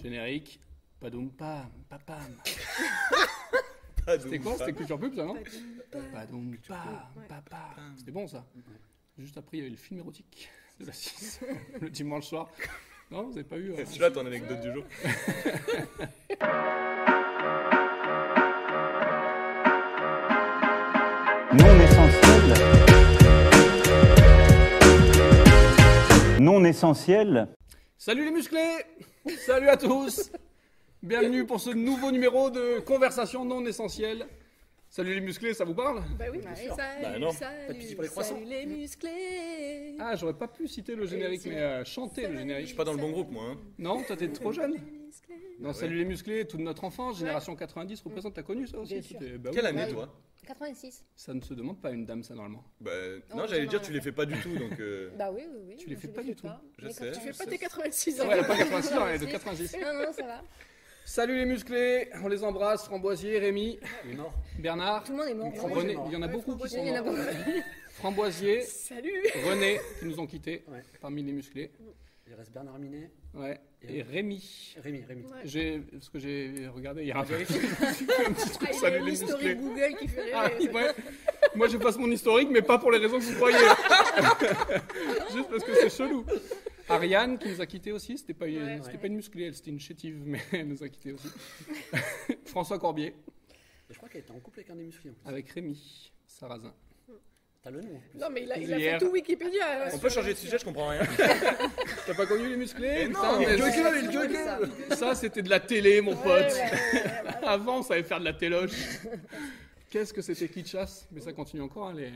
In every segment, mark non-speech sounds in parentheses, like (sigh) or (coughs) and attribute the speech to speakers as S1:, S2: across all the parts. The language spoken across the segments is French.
S1: Générique. Padoum pam, papam.
S2: Ah,
S1: C'était quoi C'était culture pub, ça, non Padoum pam,
S3: Ouais.
S1: papam. C'était bon, ça. Juste après, il y avait le film érotique de la 6, (laughs) le dimanche soir. Non, vous n'avez pas eu. euh,
S2: (laughs) C'est là ton anecdote du jour.
S4: non essentiel. Non essentiel.
S1: Salut les musclés Salut à tous Bienvenue pour ce nouveau numéro de Conversation non essentielle. Salut les musclés, ça vous parle
S3: Bah oui,
S2: bien
S3: bah,
S2: sûr.
S3: salut,
S2: Bah non, t'as pitié
S3: salut,
S2: pour les croissants.
S3: salut les musclés.
S1: Ah, j'aurais pas pu citer le générique, mais euh, chanter le
S2: Je suis
S1: générique.
S2: pas dans le bon groupe, moi. hein.
S1: Non, toi t'es trop jeune
S3: Les musclés.
S1: Non, Salut les musclés, toute notre enfance, génération 90 représente, t'as connu ça aussi
S3: Bien sûr.
S1: Tout est- bah oui.
S2: Quelle année, toi
S3: 86.
S1: Ça ne se demande pas à une dame, ça,
S3: (laughs)
S1: normalement.
S2: Bah, non,
S3: non,
S2: j'allais
S3: non,
S2: dire,
S3: non,
S2: tu les fais pas du tout, donc. euh,
S5: (laughs)
S3: Bah oui, oui, oui.
S1: Tu les
S3: je
S1: fais pas du tout.
S2: Je
S3: Mais
S2: sais,
S3: quand Tu
S2: je
S3: fais pas
S2: sais.
S3: tes 86 ans.
S1: Ah Ouais, elle a pas 86 ans, elle est de
S5: (laughs)
S1: 90.
S3: Non, non, ça va.
S1: Salut les musclés, on les embrasse, Framboisier, Rémi, Bernard,
S3: Tout le monde est mort.
S1: René, il y en a beaucoup qui sont
S3: Il y en a
S1: morts.
S3: beaucoup.
S1: (laughs) Framboisier,
S3: Salut.
S1: René, qui nous ont quittés
S6: Ouais.
S1: parmi les musclés,
S6: Il reste Bernard Minet,
S1: ouais.
S6: Et-
S1: et Rémi.
S6: Rémi, Rémi.
S3: Ouais.
S1: J'ai, parce que j'ai regardé hier un peu.
S3: Ah, il y
S1: Salut
S3: a
S1: les
S3: une story
S1: musclés.
S3: Google qui fait
S1: Ah, oui,
S3: rêver.
S1: ouais. Moi, je passe mon historique, mais pas pour les raisons que vous croyez. (laughs) Juste parce que c'est chelou. Ariane, qui nous a quittés aussi, c'était pas, une-
S3: Ouais,
S1: c'était
S3: ouais.
S1: pas une musclée, elle, c'était une chétive, mais elle nous a quittés aussi. (laughs) François Corbier,
S6: Et je crois qu'elle était en couple avec un des musclés. en plus.
S1: avec Rémi Sarrazin.
S6: T'as le nom. en plus.
S3: Non, mais il a, il a
S1: Hier.
S3: fait tout Wikipédia.
S2: On peut changer de sujet, je comprends rien.
S1: T'as pas connu les musclés Putain,
S2: mais
S1: Eh mais
S2: (laughs) Dieu
S1: ça-
S2: gueule, Dieu gueule.
S1: Ça, c'était de la télé, mon
S3: Ouais,
S1: pote.
S3: ouais, ouais, ouais.
S1: (laughs) Avant, on savait faire de la téloche. Qu'est-ce que c'était qui chasse Mais ça continue encore, hein, les,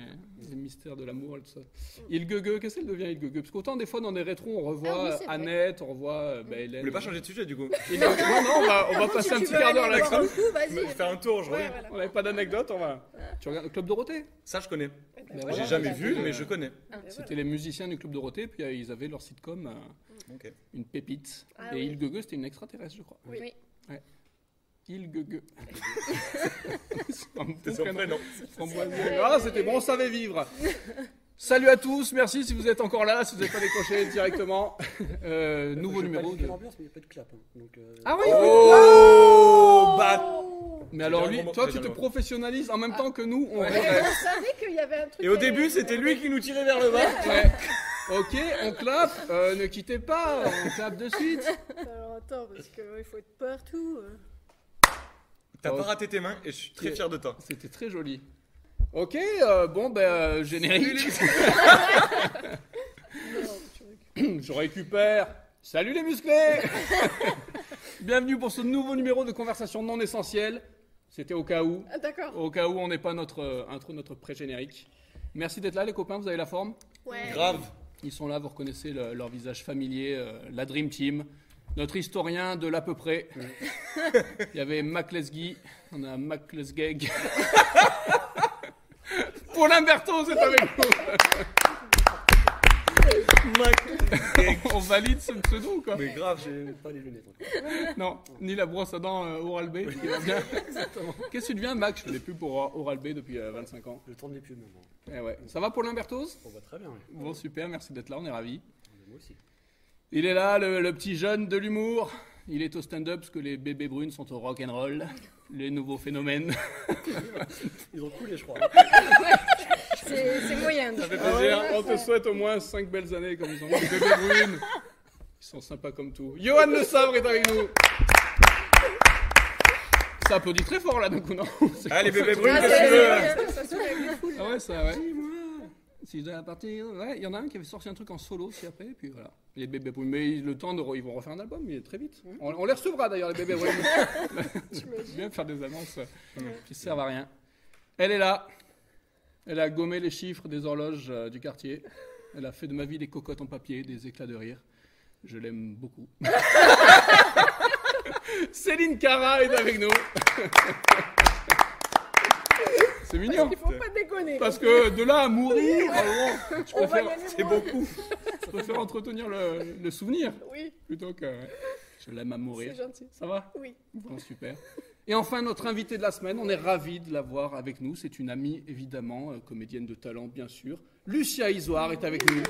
S1: les mystères de l'amour et tout ça. Il gueugue, qu'est-ce qu'elle devient, il gueugue Parce qu'autant des fois, dans des rétros, on revoit
S3: Ah oui, c'est vrai.
S1: Annette, on revoit euh, bah,
S2: Vous
S1: Hélène.
S2: voulez pas changer de sujet, du coup
S1: Il gueugue- Non, non, on
S3: (laughs)
S1: va, on va
S3: Si
S1: passer
S3: tu
S1: un petit
S3: veux
S1: quart d'heure
S3: aller
S1: là.
S3: boire
S1: comme-
S3: un coup, Vas-y.
S2: Je vais faire un tour, je
S3: Ouais,
S2: reviens.
S3: voilà.
S1: On n'avait pas d'anecdote, on va. Tu regardes le Club Dorothée
S2: Ça, je connais.
S1: Bah,
S3: voilà,
S2: J'ai
S1: ouais,
S2: jamais
S3: bah,
S2: vu,
S1: euh,
S2: mais je connais.
S3: Ah, bah,
S1: C'était les musiciens du Club Dorothée, puis euh, ils avaient leur sitcom, euh,
S2: Ok.
S1: une pépite.
S3: Ah
S1: et
S3: oui.
S1: il gueugue, c'était une extraterrestre, je crois.
S3: voilà. Oui.
S1: Il gueugue. C'est un bon
S2: T'es surpris,
S1: prénom.
S2: non
S1: Framboisier. Ah, c'était bon, on savait vivre. Salut à tous, merci si vous êtes encore là, si vous n'êtes pas décroché
S3: (laughs)
S1: directement. Euh, nouveau
S6: Je veux pas
S1: numéro.
S6: lui faire
S1: de-
S6: l'ambiance, mais il n'y a pas de clap. hein. Donc, euh,
S1: Ah oui
S2: Oh bah
S1: Mais alors lui,
S2: J'ai un
S1: toi
S2: moment-
S1: tu
S2: j'ai
S1: te
S2: un moment.
S1: professionnalises en même
S3: Ah.
S1: temps que nous. On
S3: (laughs) Mais on savait qu'il y avait un truc.
S2: Et au
S3: qui allait-
S2: début, c'était lui qui nous tirait vers le bas.
S1: Ouais. Ok, on clappe, euh, ne quittez pas, on clappe de suite.
S3: Alors attends, parce qu'il faut être partout. euh.
S2: T'as
S1: Oh.
S2: pas raté tes mains et je suis très fier de toi.
S1: C'était très joli. Ok, euh, bon, ben, euh, générique. (laughs) Je récupère. Salut les musclés (laughs) Bienvenue pour ce nouveau numéro de conversation non essentielle. C'était au cas où.
S3: Ah, D'accord.
S1: Au cas où on n'est pas notre euh, intro, notre pré-générique. Merci d'être là les copains, vous avez la forme.
S3: Ouais.
S2: Grave.
S1: Ils sont là, vous reconnaissez le- leur visage familier, euh, la Dream Team. Notre historien de l'à peu près. Il y avait Mac Lesguy, on a Mac Lesgeg. Paul Lamberto, c'est avec nous. (laughs) On valide ce pseudo ou quoi
S2: Mais grave, j'ai-
S6: j'ai pas les lunettes. encore.
S1: Non, ni la brosse à dents euh, Oral-B. qui va bien. Qu'est-ce que tu deviens, Mac Je fais des pubs pour euh, Oral-B depuis euh, 25 ans.
S6: Je tourne les pubs maintenant.
S1: Eh ouais. Ça va, Paul Lambertos
S6: On voit très bien. ouais.
S1: Bon, super, merci d'être là, on est ravis.
S6: Moi aussi.
S1: Il est là, le, le petit jeune de l'humour. Il est au stand-up parce que les bébés brunes sont au rock'n'roll. Les nouveaux phénomènes.
S6: Ils ont coulé, je (laughs) crois.
S3: C'est c'est moyen.
S1: Ça fait plaisir. on te souhaite au moins 5 belles années comme ils ont. Les bébés brunes. Ils sont sympas comme tout. Johan Le Sabre est avec nous. Ça applaudit très fort là d'un coup, non C'est-
S2: Allez, bébé brune,
S3: Ah,
S2: qu'est-ce que tu veux
S3: c'est- ça se fait avec
S1: Ah ouais, ça, ouais. Si je dois partir, ouais, il y en a un qui avait sorti un truc en solo aussi après, et puis voilà. Les bébés brunes, mais le temps de, re- ils vont refaire un album, mais très vite. On, on les recevra d'ailleurs, les bébés brunes. bien de faire des annonces euh, qui servent à rien. Elle est là. Elle a gommé les chiffres des horloges euh, du quartier. Elle a fait de ma vie des cocottes en papier, des éclats de rire. Je l'aime beaucoup. (laughs) Céline Cara est avec nous. (laughs) C'est mignon.
S3: Il faut pas déconner.
S1: Parce que de là à
S3: (laughs)
S1: mourir, ah bon, je
S3: On va y
S1: préfère,
S3: aller
S2: C'est
S3: loin.
S2: beaucoup.
S1: je préfère entretenir le, le souvenir
S3: Oui,
S1: plutôt que je l'aime à
S3: c'est
S1: mourir.
S3: gentil.
S1: Ça va
S3: Oui.
S1: Bon, super. Et enfin, notre invité de la semaine, on est ravis de l'avoir avec nous. C'est une amie, évidemment, euh, comédienne de talent, bien sûr. Lucia Isoard est avec nous.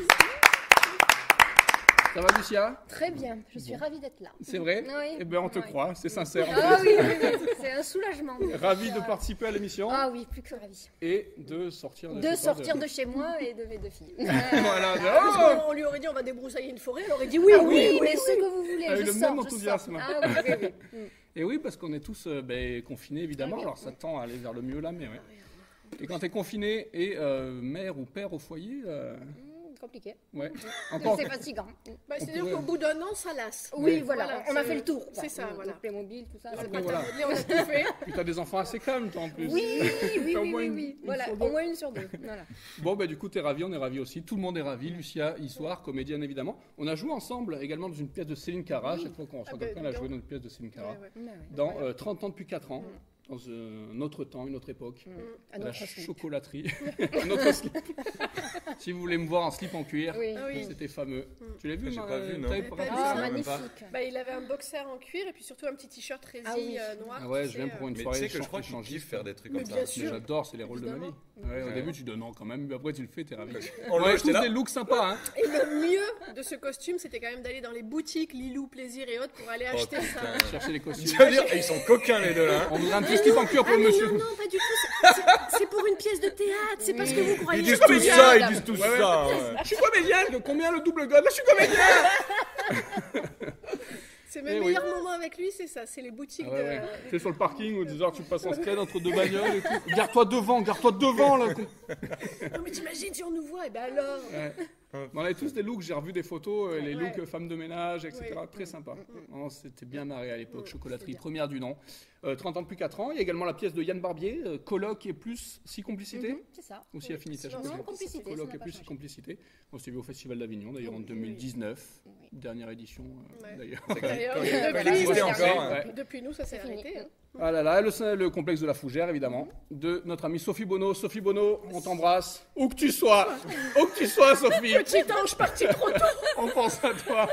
S1: Ça va, Lucia
S5: Très bien, je suis ravie d'être là.
S1: C'est vrai
S2: Ah
S5: Oui.
S1: Eh bien, on te
S5: Oui.
S1: croit, c'est sincère.
S5: Ah oui, oui, oui, c'est un soulagement.
S1: Ravi de participer à l'émission
S5: Ah oui, plus que ravie.
S1: et de sortir de
S5: De
S1: chez toi,
S5: sortir de chez moi et de mes deux filles.
S1: Voilà, de-
S3: Parce
S1: Oh
S3: qu'on on lui aurait dit on va débroussailler une forêt, elle aurait dit oui,
S5: Ah
S3: oui, oui.
S5: mais ce que vous voulez,
S1: Avec
S5: je
S1: le
S5: sors,
S1: même
S5: je
S1: enthousiasme.
S5: sors. Ah oui, oui, oui.
S1: Et oui, parce qu'on est tous euh, ben, confinés, évidemment.
S5: Oui,
S1: Alors, ça tend à aller vers le mieux là, mais ouais. Et quand t'es confiné et euh, mère ou père au foyer, euh,
S3: Mm.
S5: Hum, Compliqué.
S1: ouais. Encore,
S5: C'est fatigant.
S3: Bah, C'est-à-dire
S1: pourrait-
S3: qu'au bout d'un an, ça lasse.
S5: Oui, voilà, on a
S3: c'est-
S5: fait le tour. quoi.
S3: C'est ça,
S5: Hum,
S3: voilà.
S5: donc Playmobil, tout ça.
S1: Après,
S5: c'est
S3: Ah, Pas
S5: pas-
S1: voilà.
S3: tarder, On a tout fait.
S1: puis t'as des enfants assez calmes, toi, en plus.
S5: Oui, oui, oui,
S1: Au
S5: oui,
S1: moins
S5: oui,
S1: une-
S5: oui.
S1: une
S5: Voilà,
S1: sur deux.
S5: au moins une sur
S3: (laughs)
S5: deux. Voilà.
S1: Bon, ben du coup, t'es ravi, on est ravi aussi. Tout le monde est ravi. Lucia, Histoire, comédienne, évidemment. On a joué ensemble également dans une pièce de Céline Cara. Chaque fois qu'on reçoit
S3: ben,
S1: quelqu'un, elle a
S3: dis
S1: joué
S3: donc.
S1: dans une pièce de Céline Cara.
S3: Ouais, Mm. ouais.
S5: Mais ouais.
S1: Dans euh, 30 ans depuis 4 ans, dans euh, un autre temps, une autre époque.
S5: Un
S1: euh, La
S5: autre
S3: (laughs)
S5: slip.
S1: chocolaterie. (laughs) un autre slip. si vous voulez me voir en slip en cuir,
S5: Oui.
S3: Ah oui.
S1: c'était fameux. Tu l'as vu
S2: J'ai
S1: ma-
S2: pas vu, non.
S1: Mm. t'avais
S3: Pas
S5: Ah,
S3: ça,
S2: même
S5: magnifique.
S2: pas.
S3: Bah, il avait un boxer en cuir et puis surtout un petit t-shirt résille
S5: Ah oui.
S3: euh, noir.
S1: Ah ouais,
S3: tu
S1: je
S3: sais,
S1: viens pour
S3: euh,
S1: une
S2: Mais
S1: soirée.
S2: tu sais que je crois
S1: échange-
S2: qu'il kiffe faire des trucs
S3: Mais
S2: comme ça.
S3: bien
S1: Mais
S3: sûr.
S1: J'adore, c'est les rôles de ma vie. Ouais, Au
S2: Ouais.
S1: début, tu donnes non quand même, mais après, tu le fais, t'es ravi.
S2: On
S1: On
S2: l'a
S1: a
S2: acheté
S1: tous
S2: là.
S1: des looks sympas, (laughs) hein.
S3: Et le mieux de ce costume, c'était quand même d'aller dans les boutiques Lilou, Plaisir et autres pour aller
S2: Oh,
S3: acheter ça.
S2: putain.
S1: Chercher les costumes.
S2: Ça veut dire, ils sont coquins les deux là. hein.
S1: On voudrait un petit slip en cuir
S3: Ah
S1: pour le
S3: mais
S1: monsieur.
S3: non, non, pas du tout. (laughs) c'est- c'est- C'est pour une pièce de théâtre. C'est parce que vous croyez.
S2: Ils disent tout
S3: Regarde.
S2: ça, ils disent tout
S1: Ouais, ouais.
S2: ça. ouais.
S1: Je suis comédienne, de combien le double god Là, je suis comédienne
S3: C'est
S1: Eh
S3: mes
S1: oui.
S3: meilleurs moments avec lui, c'est ça. C'est les boutiques
S1: ah ouais, ouais.
S3: de.
S1: C'est sur le parking où des heures tu passes en scred entre deux bagnoles et tout. Garde-toi devant, garde-toi devant (laughs) là. con.
S3: Non mais t'imagines si on nous voit, et ben alors.
S1: Ouais. Mais On avait tous des looks, j'ai revu des photos, euh, les
S3: Ouais.
S1: looks euh, femmes de ménage, etc.
S3: Ouais.
S1: Très sympa. On s'était bien marré à l'époque, chocolaterie première du nom. Euh, 30 ans plus 4 ans. Il y a également la pièce de Yann Barbier, euh, Colloque et plus, si complicité
S5: Mhm, C'est ça.
S1: Aussi affinité, je
S5: Non,
S1: crois.
S5: non, complicité, ça
S1: Colloque
S5: n'a
S1: et
S5: pas
S1: plus, si
S5: changé.
S1: complicité. On s'est vu au Festival d'Avignon d'ailleurs en 2019, dernière édition euh,
S3: Ouais.
S1: d'ailleurs.
S3: D'ailleurs,
S2: Elle existait
S3: depuis,
S2: encore. hein.
S1: Ouais.
S3: depuis nous, ça s'est
S5: fini.
S3: arrêté. hein.
S1: (laughs) Ah là là, le, le complexe de la fougère, évidemment, de notre amie Sophie Bonneau. Sophie Bonneau, on t'embrasse. Où que tu sois, où que tu sois, Sophie,
S3: Petit ange parti trop tôt.
S1: on pense à toi.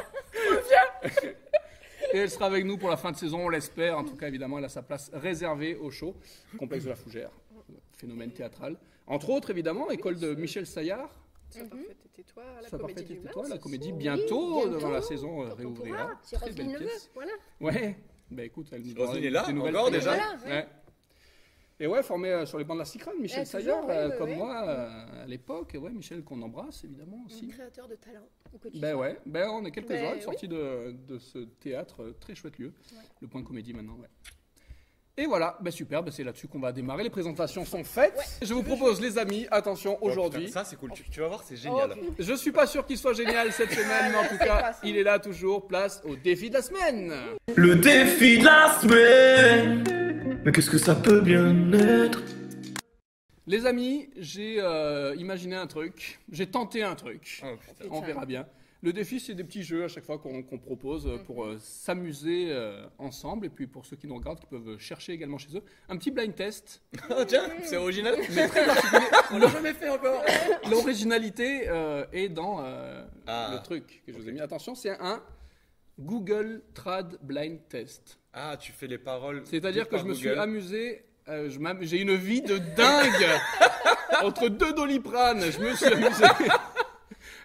S1: Et elle sera avec nous pour la fin de saison, on l'espère. En tout cas, évidemment, elle a sa place réservée au show. Complexe de la fougère, phénomène théâtral. Entre autres, évidemment, école de Michel Saillard.
S3: Ça parfait, t'étais toi, la
S1: Ça
S3: comédie
S1: parfait,
S3: du
S1: était
S3: Mans,
S1: toi, la
S3: aussi.
S1: comédie bientôt,
S5: bientôt,
S1: dans la saison, euh,
S3: quand on
S1: réouvrira.
S3: pourra.
S5: J'ai repris le neveu.
S3: Voilà.
S1: Ouais. Bah écoute, elle nous
S2: Roselyne
S1: des-
S2: est là,
S1: des nouvelles
S5: Oh,
S2: encore,
S1: prises.
S2: déjà
S5: Voilà, ouais.
S1: Oh, Ouais. Et ouais, formé euh, sur les bancs de la Cicrane, Michel
S5: Ouais, toujours,
S1: Saillard,
S5: ouais,
S1: euh,
S5: ouais,
S1: comme
S5: ouais.
S1: moi euh, à l'époque. Et Ouais, Michel qu'on embrasse évidemment aussi.
S3: Créateur de talent.
S5: Ou que tu
S1: Ben ouais, ben on est quelques-uns
S3: Ben oui.
S1: sortis de, de ce théâtre, euh, très chouette lieu, le Point Comédie maintenant, ouais. Et voilà, ben super, ben c'est là-dessus qu'on va démarrer, les présentations sont faites. Je vous propose les amis, attention,
S2: Oh,
S1: aujourd'hui,
S2: putain, Ça c'est cool. Tu, tu vas voir, c'est génial.
S1: je suis pas sûr qu'il soit génial
S3: (laughs)
S1: cette semaine, mais en tout cas, il est là toujours, place au défi de la semaine
S7: Le défi de la semaine Mais qu'est-ce que ça peut bien être
S1: Les amis, j'ai euh, imaginé un truc, j'ai tenté un truc.
S2: Oh, putain.
S1: On verra bien. Le défi, c'est des petits jeux à chaque fois qu'on qu'on propose euh, pour euh, s'amuser euh, ensemble. Et puis pour ceux qui nous regardent, qui peuvent chercher également chez eux, un petit blind test.
S2: Oh, tiens, c'est original.
S1: On l'a jamais fait encore. L'originalité euh, est dans euh,
S2: Ah.
S1: le truc que je vous ai mis. Attention, c'est un Google Trad Blind Test.
S2: Ah, tu fais les paroles.
S1: C'est-à-dire
S2: dites
S1: que
S2: par
S1: je me suis
S2: Google.
S1: amusé. euh, je m'am- J'ai une vie de
S2: (laughs)
S1: dingue entre deux doliprane. Je me suis amusé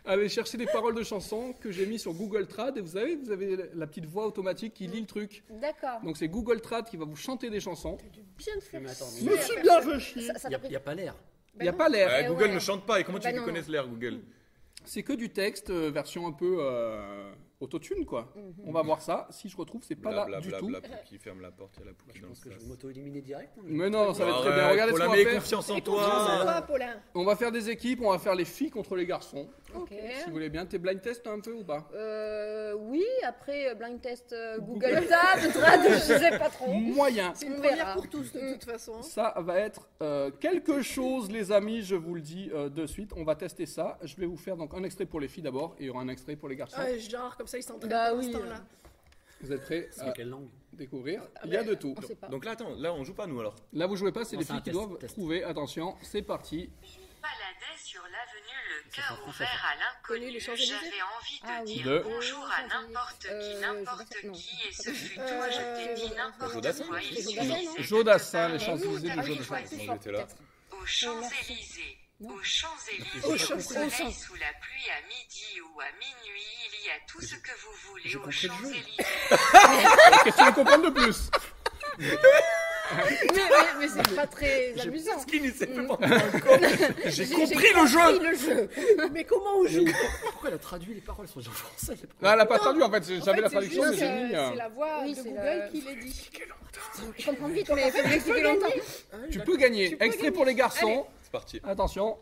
S1: à aller chercher des paroles de chansons que j'ai mis sur Google Trad. Et vous savez, vous avez la petite voix automatique qui lit le truc.
S5: D'accord.
S1: Donc c'est Google Trad qui va vous chanter des chansons.
S3: Bien de faire
S6: Mais attends,
S3: chier
S6: mais-
S3: à faire
S1: bien fait chier.
S5: Ça, ça
S6: Il n'y
S5: t'a
S6: a, y
S5: pris.
S6: a pas l'air.
S1: Il n'y a pas l'air.
S2: Ouais,
S5: Eh
S2: Google
S5: ouais.
S2: ne chante pas. Et comment tu
S5: Bah
S2: veux
S5: non,
S2: qu'ils connaissent l'air Google
S1: C'est que du texte, euh, version un peu euh, autotune, quoi. On va voir ça. Si je retrouve, c'est pas là du tout.
S2: (laughs) la poupe qui ferme la porte. Il y a la poupe qui
S6: Je
S2: danse.
S6: pense que je vais m'auto-éliminer direct. hein.
S1: Mais non, ça va être très bien.
S2: Arrête,
S1: Regardez ce
S2: Paula,
S1: qu'on va
S2: mais
S1: faire.
S2: confiance en
S3: Confiance en
S2: toi.
S3: toi, hein, Paulin.
S1: On va faire des équipes, on va faire les filles contre les garçons.
S5: Ok.
S1: Si vous voulez bien, t'es blind test un peu ou pas
S5: Euh, oui, après euh, blind test euh, Google Trad, Trad, je sais pas trop.
S1: Moyen.
S3: C'est une
S5: On
S3: première
S5: verra.
S3: pour tous, de toute façon.
S1: Ça va être euh, quelque chose, les amis, je vous le dis euh, de suite. On va tester ça. Je vais vous faire donc un extrait pour les filles d'abord et il y aura un extrait pour les garçons.
S3: Ouais, Ah, genre, comme ça, ils s'entraînent
S5: Bah
S3: pour
S5: oui,
S3: l'instant,
S5: euh.
S3: là.
S1: Vous êtes prêts
S6: C'est
S1: à
S6: quelle langue
S1: découvrir
S3: Ah,
S1: Il y
S3: bah,
S1: a de tout.
S5: On sait pas.
S2: Donc là, attends, là on joue pas nous alors.
S1: Là, vous jouez pas, c'est
S6: Non,
S1: les
S6: c'est
S1: filles
S6: un
S1: qui
S6: test,
S1: doivent
S6: test.
S1: trouver. Attention, c'est parti.
S8: baladais sur l'avenue le
S6: Ça
S8: cœur
S6: s'en fout, ça.
S8: ouvert à
S3: Connu les
S8: l'inconnu,
S3: Champs-Élysées
S8: j'avais envie de
S5: Ah oui.
S8: dire
S1: De-
S8: bonjour à n'importe qui,
S5: Euh,
S8: n'importe
S5: Jodassin, non.
S8: qui, et ce fut
S3: Euh,
S8: toi, je t'ai dit
S3: Jodassin.
S8: n'importe
S2: Jodassin,
S8: quoi,
S5: c'est
S8: il
S5: Jodassin, non
S8: suffisait de te
S1: Jodassin, les
S8: parler
S1: Champs-Élysées
S8: tout
S1: de
S8: à fait
S1: Jodassin.
S8: choisi.
S2: J'étais là.
S8: Aux Champs-Élysées, Aux Champs-Élysées,
S3: Aux
S8: au
S3: Champs- aux Champs-
S8: soleil, sous la pluie, à midi ou à minuit, il y a tout ce que vous voulez aux Champs-Élysées.
S3: Ah
S1: Qu'est-ce que tu veux comprendre le plus
S5: Mais, mais, mais c'est pas très amusant.
S2: Skin, il s'est fait
S5: Mm.
S2: porter
S6: (laughs)
S2: un con. J'ai compris le jeu.
S5: Oui, le jeu.
S3: Ah, Mais comment on joue
S6: Pourquoi elle a traduit les paroles sur le français elle est pas-
S1: Là, Ah, elle a pas traduit en fait, j'avais
S3: En fait,
S1: la
S3: c'est
S1: traduction, mais
S3: juste,
S1: j'ai
S3: euh,
S1: mis. euh,
S3: C'est la voix
S5: Oui,
S3: de
S5: c'est
S3: Google
S5: la-
S3: qui l'a dit.
S5: Je comprends vite, mais il faut l'expliquer longtemps.
S1: Tu peux gagner.
S3: Tu peux
S1: Extrait
S3: gagner.
S1: pour les garçons.
S2: C'est parti.
S1: Attention.
S8: Non,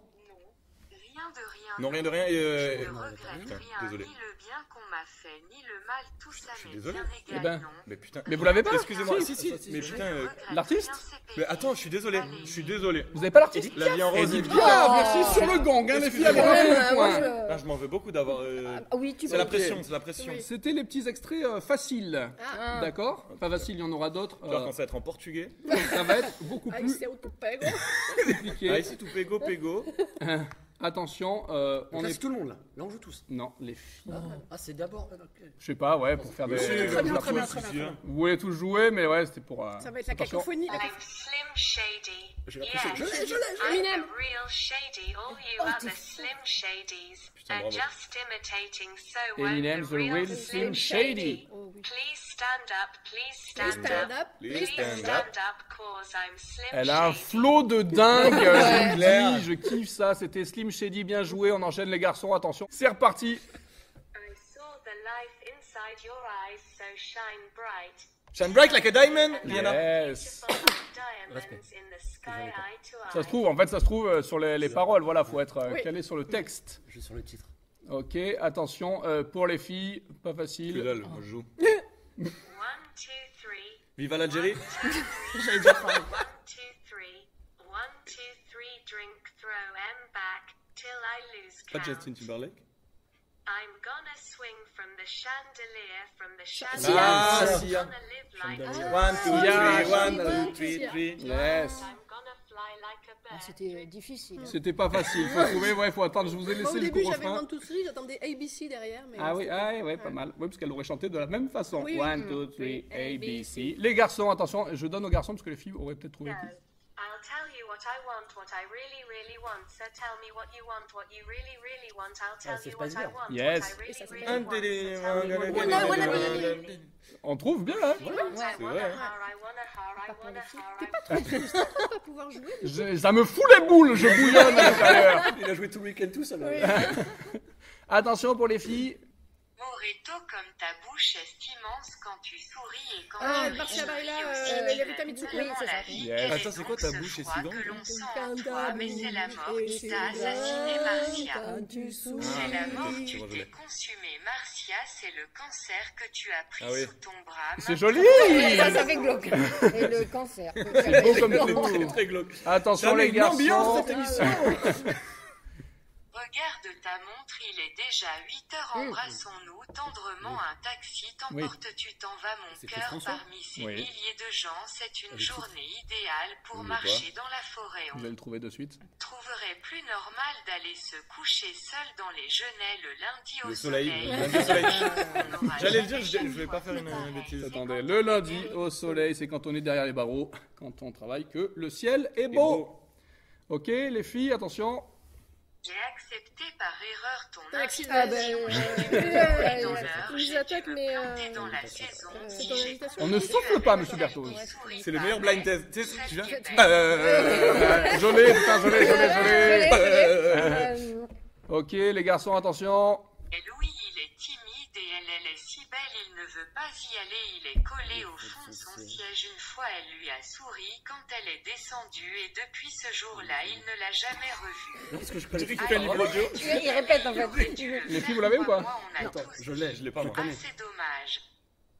S8: rien de rien.
S2: Non, rien de rien. et, euh,
S8: Je ne regrette
S2: putain,
S8: rien,
S2: désolé.
S8: ni le bien qu'on m'a fait, ni le mal, tout ça
S2: suis
S8: m'est
S2: désolé.
S8: bien
S1: Eh
S8: égal,
S1: ben,
S8: non.
S2: Mais putain.
S1: Mais vous l'avez pas
S2: Excusez-moi. Si,
S1: Si.
S2: si. Mais
S8: Je ne
S2: putain. euh,
S8: regrette
S1: l'artiste
S8: rien, c'est
S2: Mais
S8: payé.
S2: attends, je suis désolé. Je suis désolé.
S1: Vous avez pas l'artiste
S2: La vie en rose.
S1: Edith
S3: Ah.
S1: Piaf, merci sur le gang, hein, les filles, avec
S5: Quand
S1: un
S5: même,
S1: bon
S5: euh,
S1: point.
S5: moi, je-
S2: Là, je m'en veux beaucoup d'avoir. euh,
S5: Ah oui, tu
S2: C'est
S5: peux.
S2: la pression, c'est la pression.
S3: Oui.
S1: C'était les petits extraits euh, faciles.
S5: Ah.
S1: D'accord Pas facile, il y en aura d'autres.
S2: Tu vois,
S1: euh,
S2: quand ça va être en portugais.
S1: ça va être beaucoup
S3: Ah, il
S1: plus
S3: s'est autopé, gros.
S2: Ah,
S1: compliqué.
S2: ici, tout pego, pego.
S1: Attention, euh,
S6: On
S1: on
S6: laisse
S1: est.
S6: tout le monde là. Là, on joue tous.
S1: Non, les filles.
S6: Ah, c'est d'abord. ah, ok.
S1: Je sais pas, ouais, pour faire des.
S2: Monsieur,
S1: Vous
S2: je la
S1: la pose.
S2: pose, si tu veux.
S1: Vous voulez tout jouer, mais ouais, c'était pour. euh,
S3: Ça va être la
S1: attention.
S3: cacophonie. là.
S8: I'm Slim Shady.
S6: J'ai l'impression que je l'ai, je
S8: I'm
S3: Eminem.
S8: the real Shady. All you are the Slim Shadies
S2: Putain,
S8: are
S2: bravo.
S8: just imitating so well
S1: Eminem's
S8: the real Slim Shady.
S3: Oh oui.
S8: Please stand up, please
S3: Please
S8: stand
S3: stand
S8: up.
S3: up.
S8: Please
S2: stand
S8: stand
S2: up.
S8: up, cause I'm Slim
S1: Elle a un
S8: Shady.
S1: flot de dingue, je vous
S2: Claire.
S1: le dis, je kiffe ça. C'était Slim Shady, bien joué. On enchaîne les garçons, attention. C'est reparti.
S8: I saw the life inside your eyes, so shine bright.
S2: Shine bright like a diamond, Rihanna.
S1: Yes.
S8: Full of (coughs) diamonds in the sky, eye to eye.
S1: Ça se trouve, en fait, ça se trouve euh, sur les, les paroles. Voilà, faut être euh,
S3: Oui.
S1: calé sur le texte.
S6: Je suis sur le titre.
S1: Ok, attention. euh, pour les filles, pas
S2: Que
S1: facile.
S2: dalle, moi, je joue.
S8: One, two, three.
S2: Viva l'Algérie.
S8: One, two, three. One, two, three. Drink, throw 'em back till I lose
S2: Pas
S8: count.
S2: Justin Timberlake.
S8: I'm gonna swing from the chandelier, from the
S3: Sia.
S8: chandelier.
S2: Ah,
S8: I'm
S2: Sia.
S8: gonna live like a
S2: One, two,
S1: Sia.
S2: three, one, two,
S3: Sia.
S2: three, three.
S1: Yes.
S8: I'm gonna fly like a bird.
S5: C'était difficile.
S1: C'était pas facile.
S3: (laughs)
S1: Faut trouver, ouais, faut attendre. Je vous ai
S3: Moi,
S1: laissé
S3: au
S1: le
S3: début,
S1: cours
S3: j'avais
S1: refrain.
S3: Montousseri, j'attendais ABC derrière. Mais
S1: Ah oui, ah ouais, ouais, pas mal. Oui, parce qu'elle aurait chanté de la même façon.
S3: Oui.
S1: 1, 2, 3, A, B, C. Les garçons, attention, je donne aux garçons parce que les filles auraient peut-être trouvé
S8: No.
S1: plus.
S8: I'll tell you what I want, what I really, really want. So tell me what you want, what you really, really want. I'll tell
S6: c'est
S8: you what
S6: pas
S8: I
S6: évident.
S8: want,
S1: Yes.
S8: what I
S3: Et ça,
S8: really,
S3: c'est
S8: really
S3: pas
S2: Un
S8: want. So tell me what you
S2: télé-
S8: really,
S5: wanna-
S8: really
S5: wanna-
S8: want.
S1: On trouve bien, hein
S8: I
S2: c'est
S8: wanna
S2: vrai.
S8: her, I wanna her, I wanna her, I
S3: on va pouvoir jouer.
S1: Je- ça me fout les boules, je bouillonne (laughs) à l'intérieur.
S6: Il a joué tout le week-end tout seul.
S1: Attention pour les filles.
S8: Morito, comme ta bouche est immense quand tu souris et quand
S3: Ah,
S8: tu
S3: Marcia
S8: ris.
S3: Baila, euh,
S8: aussi,
S3: la
S8: tu aimes
S3: vitamine Zucchini,
S8: tellement
S5: c'est
S8: la
S5: ça.
S8: vie
S1: Yes.
S8: et les
S2: Attends, c'est quoi
S8: temps
S2: ta bouche
S8: se
S2: est si
S8: froid
S2: grande
S8: que l'on sent en toi, mais c'est la mort
S3: Et
S8: qui
S3: c'est
S8: t'a assassiné,
S5: Ah,
S8: Marcia.
S3: quand tu souris.
S8: C'est la mort
S2: oui.
S8: qui t'est consumée, Marcia. C'est le cancer que tu as pris
S2: Ah oui.
S8: sous ton bras.
S1: C'est joli
S5: Ça, ça fait glauque. Et le cancer.
S1: C'est beau comme
S2: C'est
S1: tout.
S2: très, très glauque.
S1: Attention
S2: Ça met
S1: les
S2: une
S1: garçons.
S2: ambiance, cette émission.
S8: Regarde ta montre, il est déjà 8 heures,
S2: Mmh.
S8: embrassons-nous tendrement un taxi, t'emportes-tu, t'en vas mon
S6: C'était
S8: cœur
S6: François
S8: parmi ces
S1: Oui.
S8: milliers de gens, c'est une
S6: Avec qui
S8: journée idéale pour
S2: Mais
S8: marcher dans la forêt, on
S1: Vous allez le trouver de suite.
S8: trouverait plus normal d'aller se coucher seul dans les genêts le lundi au
S2: Le soleil,
S8: soleil.
S2: le lundi au soleil.
S8: (laughs)
S2: (laughs)
S8: On n'aura
S2: J'allais le
S8: jamais
S2: dire, je je
S8: chaque
S2: voulais
S8: fois
S2: pas faire une euh, bêtise.
S1: Attendez, le lundi au soleil, c'est quand on est derrière les barreaux, quand on travaille, que le ciel est beau. Ok les filles, attention.
S8: J'ai accepté par erreur ton
S3: Ah,
S5: Ah
S8: invitation.
S5: ben,
S8: T'es dans
S5: euh,
S8: l'heure,
S3: nous
S8: j'ai dû
S3: attaque,
S8: me
S3: mais,
S8: planter
S3: euh,
S8: dans la saison.
S3: c'est ton invitation.
S1: On ne souffle pas, monsieur Berthaud.
S2: C'est le meilleur blind test. Tu sais, ce que tu viens
S1: Ah
S2: (laughs)
S1: Euh, joli, putain, joli, (laughs) joli, joli.
S5: euh,
S1: Ok les garçons, attention.
S8: Et Louis, il est timide et elle, elle est si belle, il ne veut pas y aller, il est collé au fond de son siège. Une fois, elle lui a souri quand elle est descendue et depuis ce jour-là, il ne l'a jamais revue.
S6: Parce que je connais.
S2: fais un livre audio.
S5: Il il répète en fait.
S1: Les filles, vous l'avez ou pas
S6: Attends, je l'ai.
S2: Je l'ai pas, moi.
S8: Ah, c'est dommage.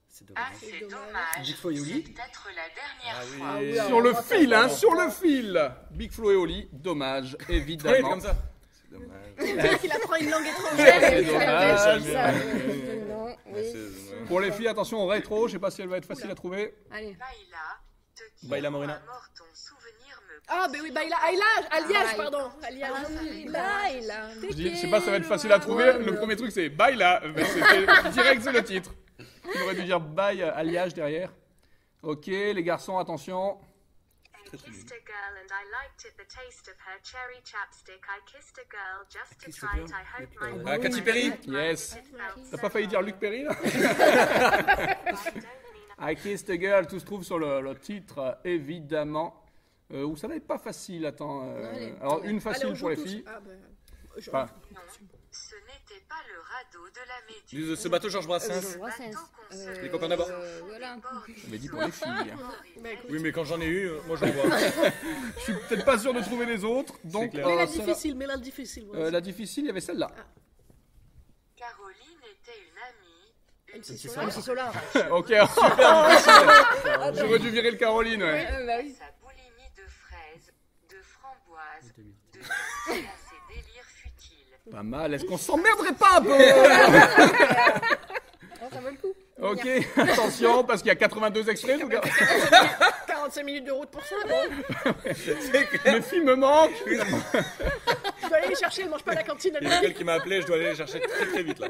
S6: C'est
S8: Ah,
S6: dommage.
S8: c'est dommage.
S6: Big Flo et Oli.
S8: C'est peut-être la dernière
S2: oui.
S8: fois.
S5: oui,
S1: Sur le
S5: alors,
S1: fil, hein, sur le fil. Big Flo et Oli, dommage,
S2: Ouais,
S1: évidemment.
S2: comme ça. C'est dommage.
S3: Peut-être qu'il apprend une langue étrangère.
S1: C'est dommage.
S5: Ça, euh, Non,
S2: Ouais,
S5: oui.
S2: c'est- ouais.
S1: Pour les filles, attention au rétro, je sais pas si elle va être facile à trouver.
S5: Allez.
S8: Baila, te dire
S2: Baila
S8: où
S2: Morena.
S8: à mort ton souvenir me
S3: Ah, ben oui, Baila, Ayla, Alliage,
S5: Ah,
S3: pardon. Bah, Alliage.
S5: Ah, Là, et là.
S1: Je, dis, je sais pas, ça va être facile à trouver.
S5: Ouais,
S1: le
S5: ouais.
S1: premier truc, c'est Bye là. Mais c'était direct, c'est le titre. On aurait dû dire Bye, euh, alliage derrière. Ok, les garçons, attention. très
S8: Elle
S1: très bien.
S9: kissed a girl and I liked it the taste of her cherry chapstick. I kissed a girl just to
S1: Kissed a
S9: try it.
S1: girl.
S9: I hope
S1: Yep.
S9: my
S1: Ah,
S9: boyfriend
S2: Katy Perry.
S9: liked mine,
S1: Yes.
S9: but it felt
S1: T'as
S9: so
S1: pas failli dire
S9: wrong.
S1: Luc Perry là
S9: I don't mean
S1: (laughs) I Kissed a Girl, tout se trouve sur le, le titre, euh, évidemment. Euh, où ça n'est pas facile, attends. euh,
S5: Non, elle est-
S1: alors, une
S3: Allez,
S1: facile
S3: on joue
S1: pour les
S3: tous. (laughs)
S1: filles.
S3: Ah, bah, je-
S1: Enfin,
S8: Ce n'était pas le radeau de la Méduse.
S2: Du- euh, Ce bateau Georges Brassens.
S5: Georges Brassens.
S8: Bateau qu'on se-
S5: Euh,
S2: Les copains d'abord.
S5: euh, voilà.
S1: on avait dit pour les filles. hein.
S3: Bah, écoute.
S2: Oui, mais quand j'en ai eu, euh, moi je le vois.
S1: Je suis peut-être pas sûr de trouver les autres. Donc,
S2: clair.
S1: euh,
S3: Mais la
S1: celle-là-
S3: difficile, mais la difficile. voilà.
S1: euh, la difficile, il y avait celle-là.
S8: (laughs) Caroline était une amie.
S3: Même si
S2: c'est
S3: sur
S2: ça.
S3: la-
S5: C'est Solar.
S1: ok, (laughs) j'aurais dû virer le Caroline. Ah. Ouais.
S5: Euh, bah oui.
S8: Sa boulimie de fraises, de framboises, de pastilles (laughs) à ses délires futiles.
S1: Pas mal, est-ce qu'on s'emmerderait pas un (laughs) peu
S5: Non, ça vaut le coup.
S1: Ok, attention, parce qu'il y a 82 extraits.
S3: quand
S1: donc-
S3: 45 minutes de route pour ça, bon.
S1: Le film me manque.
S3: Je dois aller les chercher, elle mange pas à la cantine,
S2: Il
S3: elle
S2: y a quelqu'un qui m'a appelé, je dois aller les chercher très très vite là.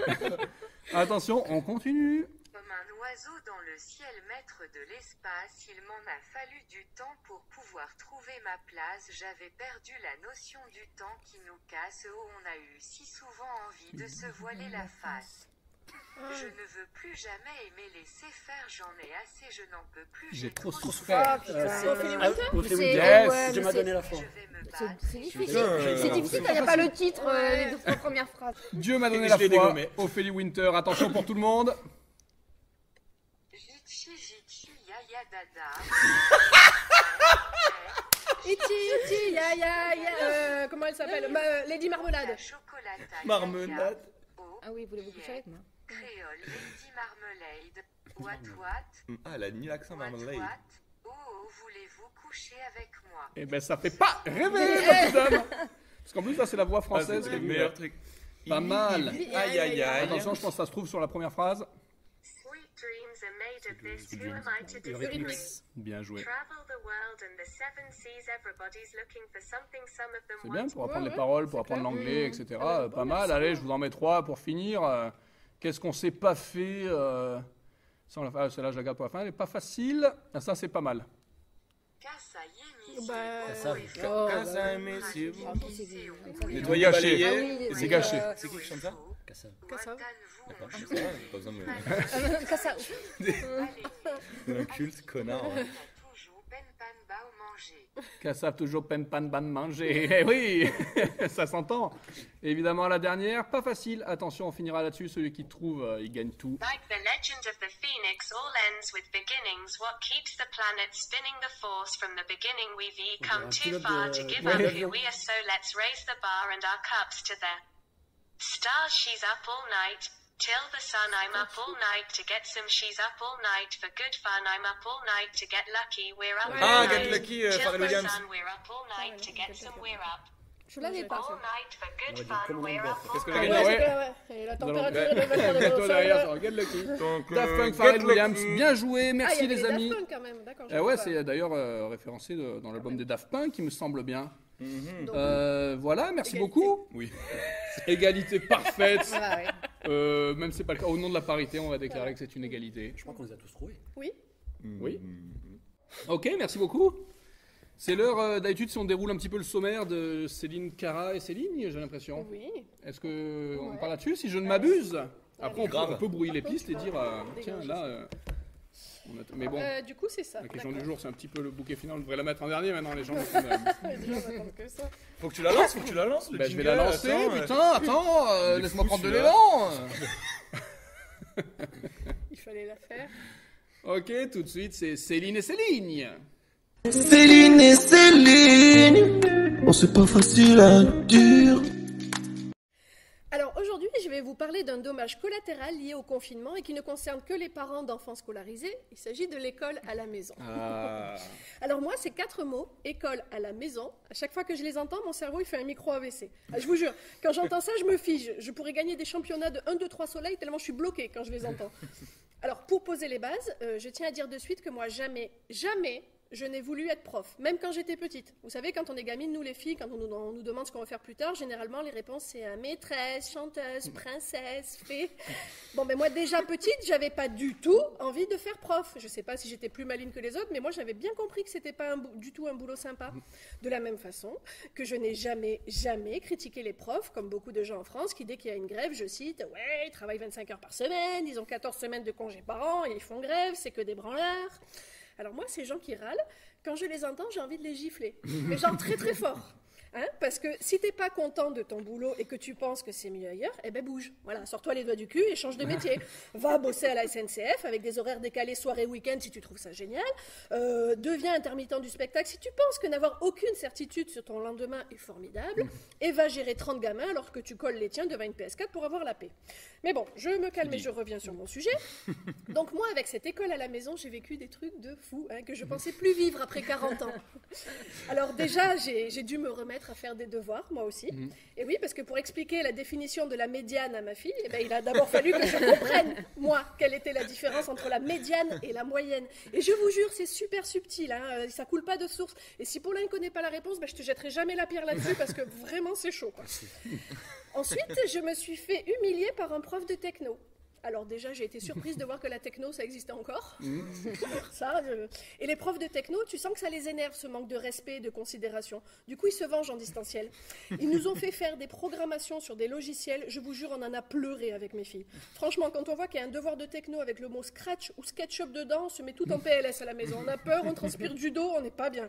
S1: Attention, on continue.
S8: Comme un oiseau dans le ciel maître de l'espace, il m'en a fallu du temps pour pouvoir trouver ma place. J'avais perdu la notion du temps qui nous casse, où on a eu si souvent envie de se voiler la face. Je ne veux plus jamais aimer laisser faire, j'en ai assez, je n'en peux plus.
S1: J'ai trop
S3: Ah,
S1: souffert.
S3: putain,
S6: c'est-
S3: Ophélie
S6: Ah,
S3: Winter
S6: Ophélie
S5: C'est-
S6: Winter.
S1: Yes.
S5: ouais,
S6: Tu
S5: mais
S6: m'as
S5: c'est-
S6: donné la fin.
S8: Je vais me
S5: c'est-
S8: battre.
S5: C'est difficile.
S2: Putain, euh,
S5: C'est difficile quand il n'y a pas le titre, euh, les deux trois premières phrases.
S1: Dieu m'a donné
S2: Je
S1: la
S2: l'ai
S1: foi.
S2: dégommé.
S1: Ophélie Winter, attention pour tout le monde.
S8: Jitchi, jitchi, yaya, dada.
S3: Iti, iti, ya, ya, ya, euh, comment elle s'appelle Bah, euh, Lady Marmelade.
S8: La chocolata.
S2: Marmelade.
S5: Ah oui, vous voulez vous coucher avec moi
S8: Créole, Lady Marmelade. What, what,
S2: Ah, elle a ni l'accent
S8: what,
S2: marmelade.
S8: what. Oh, oh, voulez-vous coucher avec moi
S1: Eh ben, ça fait pas (laughs) rêver, la petite dame. Parce qu'en plus, là, c'est la voix
S2: Ah, c'est
S1: française.
S2: le meilleur truc.
S1: Pas mal.
S2: Aïe aïe aïe.
S1: Attention, je pense que ça se trouve sur la première phrase.
S9: Sweet dreams are made of this. Who am I to
S1: Le
S9: disagree?
S1: rythmix. Bien joué.
S9: Travel the world and the seven seas. Everybody's looking for something. Some of them
S1: C'est bien
S9: want
S1: pour apprendre les
S3: Ouais, ouais,
S1: paroles, pour
S3: c'est
S1: apprendre
S3: clair.
S1: l'anglais,
S3: Mmh.
S1: etc.
S3: Ah ouais,
S1: Euh,
S3: bon,
S1: pas mal.
S3: merci.
S1: Allez, je vous en mets trois pour finir. Euh, Qu'est-ce qu'on s'est pas fait euh, sans la... ah, Celle-là, je la garde pour la fin. Elle est pas facile. Ah, ça, c'est pas mal.
S8: Kassa yemi,
S3: Bah,
S8: si,
S6: Ça,
S8: oh,
S6: c'est-
S3: Oh,
S2: Ah,
S3: bah,
S2: ça, mais c'est
S8: oui.
S2: bon.
S5: Franchement, c'est- c'est-
S1: Nettoyer,
S2: Nettoyer,
S1: balayer.
S5: Ah
S2: balayer.
S5: oui, les-
S1: Et c'est gâché.
S5: euh,
S2: C'est qui qui chante ça
S6: Cassa.
S3: Kassa.
S8: Guantanamo, on joue.
S2: Pas besoin de (laughs)
S1: (laughs)
S2: me-
S5: ça, ça-
S8: Allez,
S2: Un culte, connard. hein.
S8: on a
S2: ouais.
S8: toujours ben pan bao mangé.
S1: Cassave toujours pen pan ban
S3: (laughs)
S1: manger. Eh oui, (laughs) ça s'entend. Évidemment, la dernière, pas facile. Attention, on finira là-dessus. Celui qui trouve, euh, il gagne tout.
S9: Like the legend of the phoenix, all ends with beginnings. What keeps the planet spinning the force from the beginning? We've e come too far to give up who we are, so let's raise the bar and our cups to the star. She's up all night. Till the sun, I'm up all night to get some. She's up all night for good fun. I'm up all night to get lucky. We're up
S2: Ah,
S9: all
S2: Get
S9: night.
S2: Lucky, euh,
S9: Till
S2: Pharrell
S9: the
S2: Williams.
S9: sun, we're up all night to get some. We're up
S5: Je l'avais pas.
S9: all night for good
S6: On va dire
S9: fun.
S6: Common
S9: We're
S6: Bear.
S9: up all
S2: Qu'est-ce que
S9: night.
S2: t'as gagné
S3: Ah Ouais,
S1: Ah
S3: c'est
S1: ouais.
S3: clair, ouais. Et la
S1: allons-
S3: température est de
S1: (laughs)
S3: 24 degrés
S1: Bientôt
S3: au
S1: derrière, ça
S3: soleil.
S1: regarde le qui.
S2: Donc,
S1: Daft
S2: euh,
S1: Punk,
S2: Get
S1: Pharrell
S2: Lucky.
S1: Williams, bien joué,
S3: Ah, il y
S1: merci
S3: avait
S1: les
S3: Daft
S1: amis.
S3: Punk quand même, d'accord. je Ah
S1: Eh ouais,
S3: sais
S1: c'est d'ailleurs euh, référencé de- dans l'album des Daft Punk, il me semble bien.
S3: pas.
S2: Mhm.
S3: Donc,
S1: Euh, voilà, merci
S3: Égalité.
S1: beaucoup.
S2: Oui.
S1: (laughs) Égalité parfaite.
S5: Ah ouais.
S1: Euh, même si c'est pas le cas, au nom de la parité, on va déclarer que c'est une égalité.
S6: Je crois qu'on les a tous trouvés.
S3: Oui.
S1: Oui. Ok, merci beaucoup. C'est l'heure, euh, d'habitude, si on déroule un petit peu le sommaire de Céline Cara et Céline, j'ai l'impression.
S3: Oui.
S1: Est-ce que on
S3: Ouais.
S1: parle là-dessus, si je ne m'abuse Après, on peut,
S2: Grave.
S1: on peut brouiller les pistes et dire, euh,
S3: Dégager
S1: tiens,
S3: ça.
S1: là... euh, on a- Mais bon,
S3: Euh, du coup, c'est ça.
S1: la question
S3: d'accord.
S1: du jour, c'est un petit peu le bouquet final. On devrait la mettre en dernier maintenant, les
S2: (laughs)
S1: gens. parce qu'on a-
S3: (laughs) Ouais, les gens n'attendent que ça.
S2: Faut que tu la lances, faut que tu la lances. le
S1: Bah, je vais
S2: jingle,
S1: la lancer,
S2: attends, euh,
S1: putain, attends, euh,
S2: il est
S1: laisse-moi
S2: fou,
S1: prendre de
S2: celui-là.
S1: l'élan
S3: Il fallait la faire.
S1: Ok, tout de suite, c'est Céline et Céline
S7: Céline et Céline, on c'est pas facile à dire.
S3: Alors aujourd'hui, je vais vous parler d'un dommage collatéral lié au confinement et qui ne concerne que les parents d'enfants scolarisés. Il s'agit de l'école à la maison.
S1: Ah.
S3: Alors moi, ces quatre mots, école à la maison, à chaque fois que je les entends, mon cerveau, il fait un micro AVC. Ah, je vous jure, quand j'entends ça, je me fige. Je pourrais gagner des championnats de 1, 2, 3 soleil tellement je suis bloquée quand je les entends. Alors pour poser les bases, euh, je tiens à dire de suite que moi, jamais, jamais, je n'ai voulu être prof, même quand j'étais petite. Vous savez, quand on est gamine, nous les filles, quand on nous, on nous demande ce qu'on va faire plus tard, généralement les réponses c'est euh, maîtresse, chanteuse, princesse, fée. Bon, mais moi déjà petite, j'avais pas du tout envie de faire prof. Je sais pas si j'étais plus maline que les autres, mais moi j'avais bien compris que c'était pas un bou- du tout un boulot sympa. De la même façon que je n'ai jamais, jamais critiqué les profs, comme beaucoup de gens en France, qui dès qu'il y a une grève, je cite, ouais, ils travaillent 25 heures par semaine, ils ont 14 semaines de congés par an, et ils font grève, c'est que des branleurs. Alors moi, ces gens qui râlent, quand je les entends, j'ai envie de les gifler. Mais genre très très fort. Hein, parce que si t'es pas content de ton boulot et que tu penses que c'est mieux ailleurs, eh ben bouge. Voilà, sors-toi les doigts du cul et change de métier. Va bosser à la SNCF avec des horaires décalés soirée week-end si tu trouves ça génial. Euh, deviens intermittent du spectacle si tu penses que n'avoir aucune certitude sur ton lendemain est formidable. Et va gérer 30 gamins alors que tu colles les tiens devant une PS4 pour avoir la paix. Mais bon, je me calme et je reviens sur mon sujet. Donc moi, avec cette école à la maison, j'ai vécu des trucs de fou hein, que je pensais plus vivre après 40 ans. Alors déjà, j'ai j'ai dû me remettre à faire des devoirs, moi aussi. Et oui, parce que pour expliquer la définition de la médiane à ma fille, eh ben, il a d'abord fallu que je comprenne, moi, quelle était la différence entre la médiane et la moyenne. Et je vous jure, c'est super subtil, hein, euh, ça coule pas de source. Et si Paulin ne connaît pas la réponse, ben, je te jetterai jamais la pierre là-dessus parce que vraiment, c'est chaud. quoi. Ensuite, je me suis fait humilier par un prof de techno. Alors déjà, j'ai été surprise de voir que la techno, ça existait encore. ça, euh, Et les profs de techno, tu sens que ça les énerve, ce manque de respect et de considération. Du coup, ils se vengent en distanciel. Ils nous ont fait faire des programmations sur des logiciels. Je vous jure, on en a pleuré avec mes filles. Franchement, quand on voit qu'il y a un devoir de techno avec le mot Scratch ou SketchUp dedans, on se met tout en PLS à la maison. On a peur, on transpire du dos, on n'est pas bien.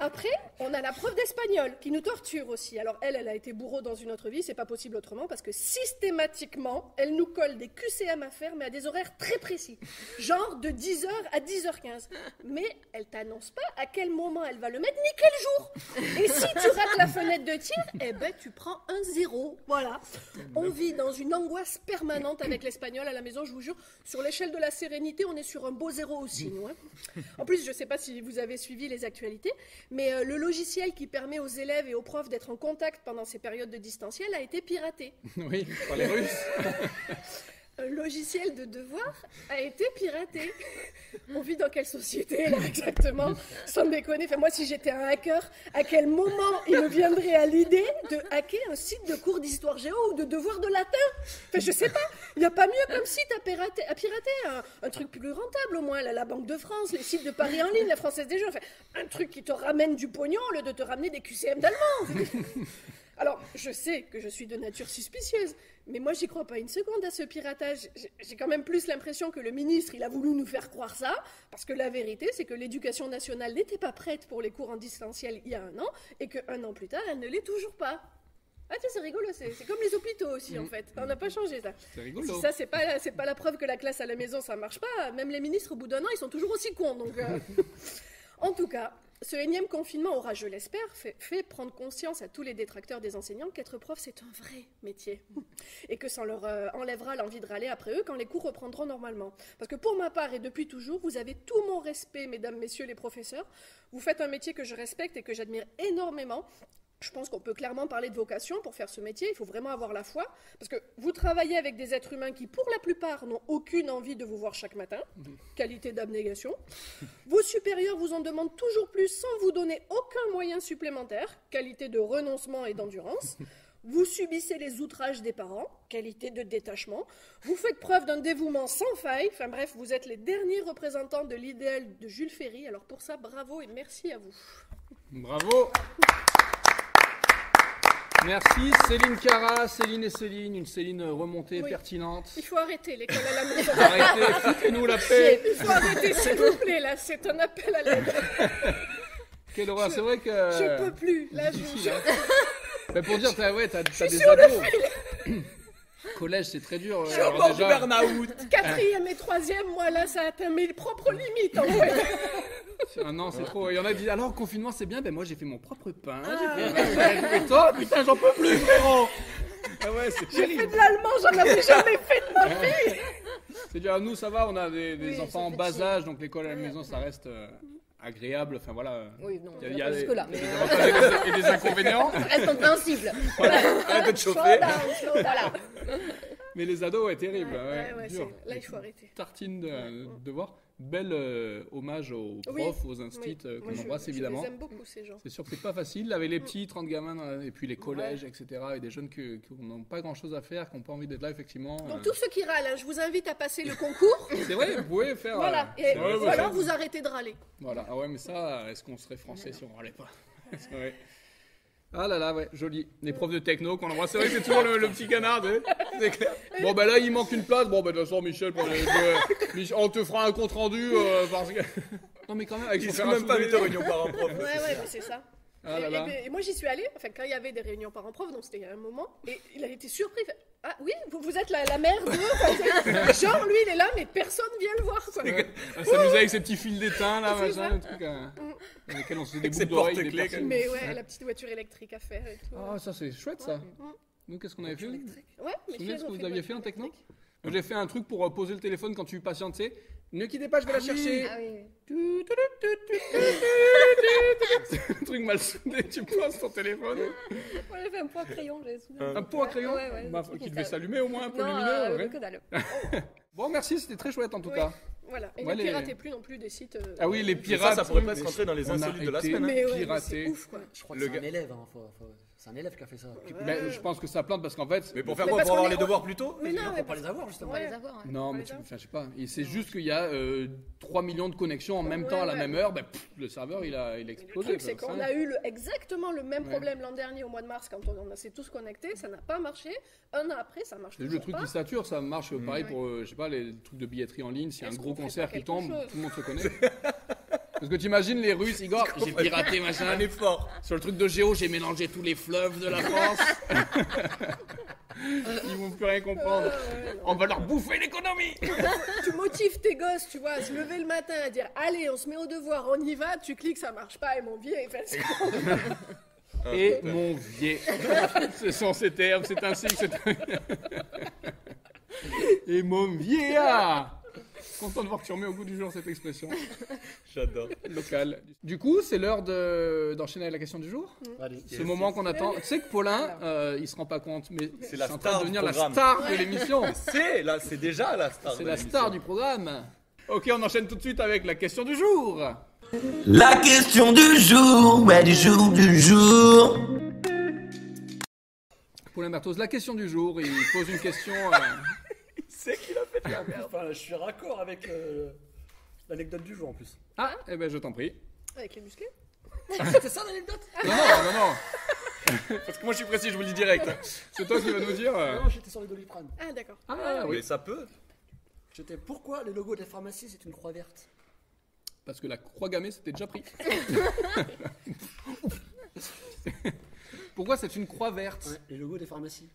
S3: Après, on a la prof d'espagnol qui nous torture aussi. Alors elle, elle a été bourreau dans une autre vie, c'est pas possible autrement parce que systématiquement, elle nous colle des QCM à faire mais à des horaires très précis. Genre de 10h à 10h15. Mais elle t'annonce pas à quel moment elle va le mettre ni quel jour. Et si tu rates la fenêtre de tir, eh ben tu prends un zéro. Voilà. On vit dans une angoisse permanente avec l'espagnol à la maison, je vous jure. Sur l'échelle de la sérénité, on est sur un beau zéro aussi, nous. hein. En plus, je ne sais pas si vous avez suivi les actualités, mais euh, le logiciel qui permet aux élèves et aux profs d'être en contact pendant ces périodes de distanciel a été piraté.
S1: (laughs) Oui, par les Russes.
S3: Un Euh, logiciel de devoir a été piraté. (laughs) On vit dans quelle société, là, exactement (laughs) Sans déconner. Enfin, moi, si j'étais un hacker, à quel moment il me viendrait à l'idée de hacker un site de cours d'histoire géo ou de devoir de latin Enfin, je sais pas. Il n'y a pas mieux comme site à pirater, à pirater un, un truc plus rentable, au moins. La, la Banque de France, les sites de Paris en ligne, la Française des Jeux. Enfin, un truc qui te ramène du pognon au lieu de te ramener des QCM d'allemand. (laughs) Alors, je sais que je suis de nature suspicieuse, mais moi, j'y crois pas une seconde à ce piratage. J'ai- J'ai quand même plus l'impression que le ministre, il a voulu nous faire croire ça, parce que la vérité, c'est que l'éducation nationale n'était pas prête pour les cours en distanciel il y a un an, et qu'un an plus tard, elle ne l'est toujours pas. Ah tiens, c'est rigolo, c'est c'est comme les hôpitaux aussi, en fait. On n'a pas changé ça.
S1: C'est rigolo.
S3: Si ça, c'est pas, c'est pas la preuve que la classe à la maison, ça marche pas. Même les ministres, au bout d'un an, ils sont toujours aussi cons. Donc, euh, en tout cas, ce énième confinement aura, je l'espère, fait, fait prendre conscience à tous les détracteurs des enseignants qu'être prof, c'est un vrai métier. Et que ça leur euh, enlèvera l'envie de râler après eux quand les cours reprendront normalement. Parce que pour ma part et depuis toujours, vous avez tout mon respect, mesdames, messieurs les professeurs. Vous faites un métier que je respecte et que j'admire énormément. Je pense qu'on peut clairement parler de vocation pour faire ce métier. Il faut vraiment avoir la foi. Parce que vous travaillez avec des êtres humains qui, pour la plupart, n'ont aucune envie de vous voir chaque matin. Qualité d'abnégation. Vos supérieurs vous en demandent toujours plus sans vous donner aucun moyen supplémentaire. Qualité de renoncement et d'endurance. Vous subissez les outrages des parents, qualité de détachement. Vous faites preuve d'un dévouement sans faille. Enfin bref, vous êtes les derniers représentants de l'idéal de Jules Ferry. Alors pour ça, bravo et merci à vous.
S1: Bravo. Merci Céline Cara, Céline et Céline, une Céline remontée,
S3: Oui.
S1: pertinente.
S3: Il faut arrêter l'école à la maison.
S1: Arrêtez, foutez-nous la paix.
S3: (laughs) Il faut arrêter, s'il vous plaît, là, c'est un appel à l'aide.
S1: Quelle horreur, c'est vrai que.
S3: Je peux plus, là, je,
S1: Euh, difficile,
S3: je- (laughs)
S1: hein. Mais pour dire, t'as ouais, t'as- t'as des ados. (coughs) Collège, c'est très dur. euh,
S3: suis au
S1: alors
S3: bord
S1: déjà, (laughs)
S3: quatrième et troisième, moi, là, ça atteint mes propres limites, en fait.
S1: c'est- ah non, c'est trop. Il y en a qui disent alors confinement, c'est bien. Ben moi, j'ai fait mon propre pain.
S3: Ah.
S1: J'ai fait. Et toi, putain, j'en peux plus, frérot. Ah ouais, c'est
S3: J'ai fait
S1: terrible.
S3: de l'allemand, j'en avais jamais fait de ma vie.
S1: C'est dire, nous, ça va, on a des, des
S5: Oui,
S1: enfants en
S5: ça fait
S1: bas
S5: chier.
S1: âge, donc l'école à la maison, ça reste euh, agréable. Enfin voilà. euh,
S5: Oui, non,
S1: Il y a- il y a
S5: pas
S1: des-
S5: jusque-là.
S1: des avantages et des inconvénients.
S5: Reste invincible.
S2: Arrête de te
S5: Slow
S2: chauffer.
S5: down, slow down. Voilà.
S1: Mais les ados, ouais,
S3: Ouais,
S1: terrible.
S3: ouais, ouais,
S1: dur.
S3: c'est- là, il faut arrêter.
S1: Tartine de, de voir. Bel euh, hommage aux
S3: Oui,
S1: profs, aux instits
S3: Oui,
S1: euh,
S3: moi,
S1: qu'on
S3: je-
S1: embrasse évidemment.
S3: Je les aime beaucoup, ces gens.
S1: C'est sûr que c'est pas facile avec les petits, 30 gamins, dans la- et puis les collèges, etc. Et des jeunes qui qui n'ont pas grand chose à faire, qui n'ont pas envie d'être là, effectivement.
S3: Donc,
S1: euh,
S3: tous ceux qui râlent, hein, je vous invite à passer le concours.
S1: C'est vrai, vous pouvez faire.
S3: Voilà.
S1: euh,
S3: Et,
S1: c'est vrai,
S3: ou
S1: Ah ouais.
S3: alors, vous arrêtez de râler.
S1: Voilà. Ah ouais, mais ça, est-ce qu'on serait français si on râlait pas C'est (laughs) vrai. Ah là là, ouais, joli. Les profs de techno qu'on embrasse. C'est vrai que c'est toujours le, le petit canard. tu sais. C'est clair. Bon, ben là, il manque une place. Bon, ben de toute façon, Michel, pour les- euh, Mich- on te fera un compte rendu. euh, parce que... Non, mais quand même, avec
S2: Ils
S1: son
S2: sont
S1: fer à
S2: même pas
S1: souder.
S2: invités aux réunions (laughs) parents-prof.
S3: Ouais, ouais, mais c'est ça.
S1: Ah
S3: et,
S1: là
S3: et
S1: là.
S3: puis- et moi, j'y suis allée, enfin, quand il y avait des réunions parents-prof, donc c'était il y a un moment, et il a été surpris. il fait, Ah oui, vous, vous êtes la, la mère de. Enfin,
S1: (laughs)
S3: c'est- Genre, lui, il est là, mais personne vient le voir. quoi.
S1: À S'amuser avec ces petits fils d'étain, là,
S3: C'est
S1: machin,
S3: ça.
S1: le truc. hein, dans lesquels on se fait des
S2: Avec ses
S1: boucles d'oreilles. des
S2: porte-clés,
S1: piercings.
S3: Mais ouais, la petite voiture électrique à faire et tout.
S1: Ah, ça, c'est chouette, ça. Nous, qu'est-ce qu'on avait fait
S3: Ouais, mais
S1: Vous vous souvenez de ce que vous aviez fait en techno
S3: technique
S1: Moi, J'ai fait un truc pour euh, poser le téléphone quand tu patientais. Ne quittez pas, je vais la chercher.
S5: Ah oui, oui.
S1: (laughs) Un truc mal soudé, tu poses ton téléphone.
S5: Moi, j'ai fait un point crayon, j'ai soudé.
S1: Un pot à crayon
S5: Ouais, ouais,
S1: Bah,
S5: le truc
S1: qui
S5: qui
S1: devait
S5: ça-
S1: s'allumer au moins un peu
S5: Non,
S1: lumineux.
S5: euh,
S1: ouais.
S5: que dalle.
S1: Bon, merci, c'était très chouette en tout
S3: Oui.
S1: cas.
S3: Voilà. Et
S1: Ouais,
S3: ne
S1: les-
S3: piratez plus non plus des sites. euh,
S1: Ah oui, les
S3: euh,
S1: pirates.
S2: Ça, ça pourrait presque rentrer dans les
S1: On a
S2: insolites de la
S1: été-
S2: semaine. hein.
S3: Mais ouais, mais
S1: piratés.
S3: c'est ouf quoi.
S6: Je crois que
S2: Le
S6: c'est un
S2: gars-
S6: élève. hein, faut- faut- C'est un élève qui a fait ça.
S1: Mais je pense que ça plante parce qu'en fait.
S2: Mais pour faire
S3: Mais
S2: quoi
S3: parce
S2: Pour
S3: qu'on
S2: avoir
S3: est-
S2: les devoirs plus tôt
S3: Mais non,
S6: Non,
S3: mais
S6: faut pas les avoir justement.
S5: On va les avoir. hein.
S1: Non,
S5: On va
S1: mais
S5: les
S1: tu,
S5: avoir.
S1: enfin, je sais pas. Et c'est juste qu'il y a euh, 3 millions de connexions en même
S3: Ouais,
S1: temps à la
S3: ouais.
S1: même heure. Bah, pff, le serveur, il a, il a
S3: Le
S1: explosé.
S3: truc, c'est
S1: quoi,
S3: qu'on
S1: ça.
S3: a eu le- exactement le même
S1: Ouais.
S3: problème l'an dernier au mois de mars quand on, on s'est tous connectés, ça n'a pas marché. Un an après, ça marche
S1: C'est
S3: toujours
S1: le truc
S3: pas. Mm.
S1: qui sature, ça marche euh, pareil
S3: Ouais.
S1: pour, euh, je sais pas, les trucs de billetterie en ligne. S'il y a un
S3: Est-ce
S1: gros
S3: qu'on
S1: concert
S3: fait pas
S1: qui
S3: quelque
S1: tombe,
S3: chose
S1: tout le monde se connaît.
S3: (laughs)
S1: Parce que t'imagines les Russes, Igor, j'ai piraté machin.
S2: Un effort.
S1: Sur le truc de Géo, j'ai mélangé tous les fleuves de la
S3: (laughs)
S1: France. (laughs) Ils vont plus rien comprendre.
S3: Ah
S1: On va leur bouffer l'économie.
S3: tu motives tes gosses, tu vois, à se lever le matin, à dire allez, on se met au devoir, on y va, tu cliques, ça marche pas, et mon vieil, enfin,
S1: (laughs)
S3: c'est-
S1: Et mon vieux. Ce sont ces termes, (laughs) c'est ainsi que c'est. (laughs) Et mon vieillard. Content de voir que tu remets au goût du jour cette expression
S2: J'adore.
S1: locale. Du coup, c'est l'heure de- d'enchaîner avec la question du jour.
S6: Allez.
S1: Ce moment qu'on attend. Tu sais que Paulin, euh, il se rend pas compte, mais
S2: C'est la
S1: en train de
S2: star du
S1: devenir la
S2: programme.
S1: star de l'émission.
S2: C'est là, c'est déjà la star.
S1: C'est
S2: de
S1: la star du
S2: l'émission.
S1: programme. Ok, on enchaîne tout de suite avec la question du jour.
S7: La question du jour, ouais, du jour, du jour.
S1: Paulin Berthoz, la question du jour. Il pose une question. euh,
S6: (laughs) Enfin, je suis raccord avec euh, l'anecdote du jour en plus.
S1: (laughs) Ah, eh ben je t'en prie.
S3: avec les musclés.
S6: C'était ça l'anecdote
S1: Non, non, non, non. (laughs) Parce que moi je suis précis, je vous le dis direct. C'est toi qui vas nous dire. euh,
S6: Non, j'étais sur les doliprane.
S3: Ah d'accord.
S1: Ah
S2: Mais
S1: oui.
S2: ça peut.
S6: J'étais pourquoi le logo de la pharmacie c'est une croix verte
S1: Parce que la croix gammée c'était déjà (laughs) pris. Pourquoi c'est une croix verte
S6: Les logos des pharmacies.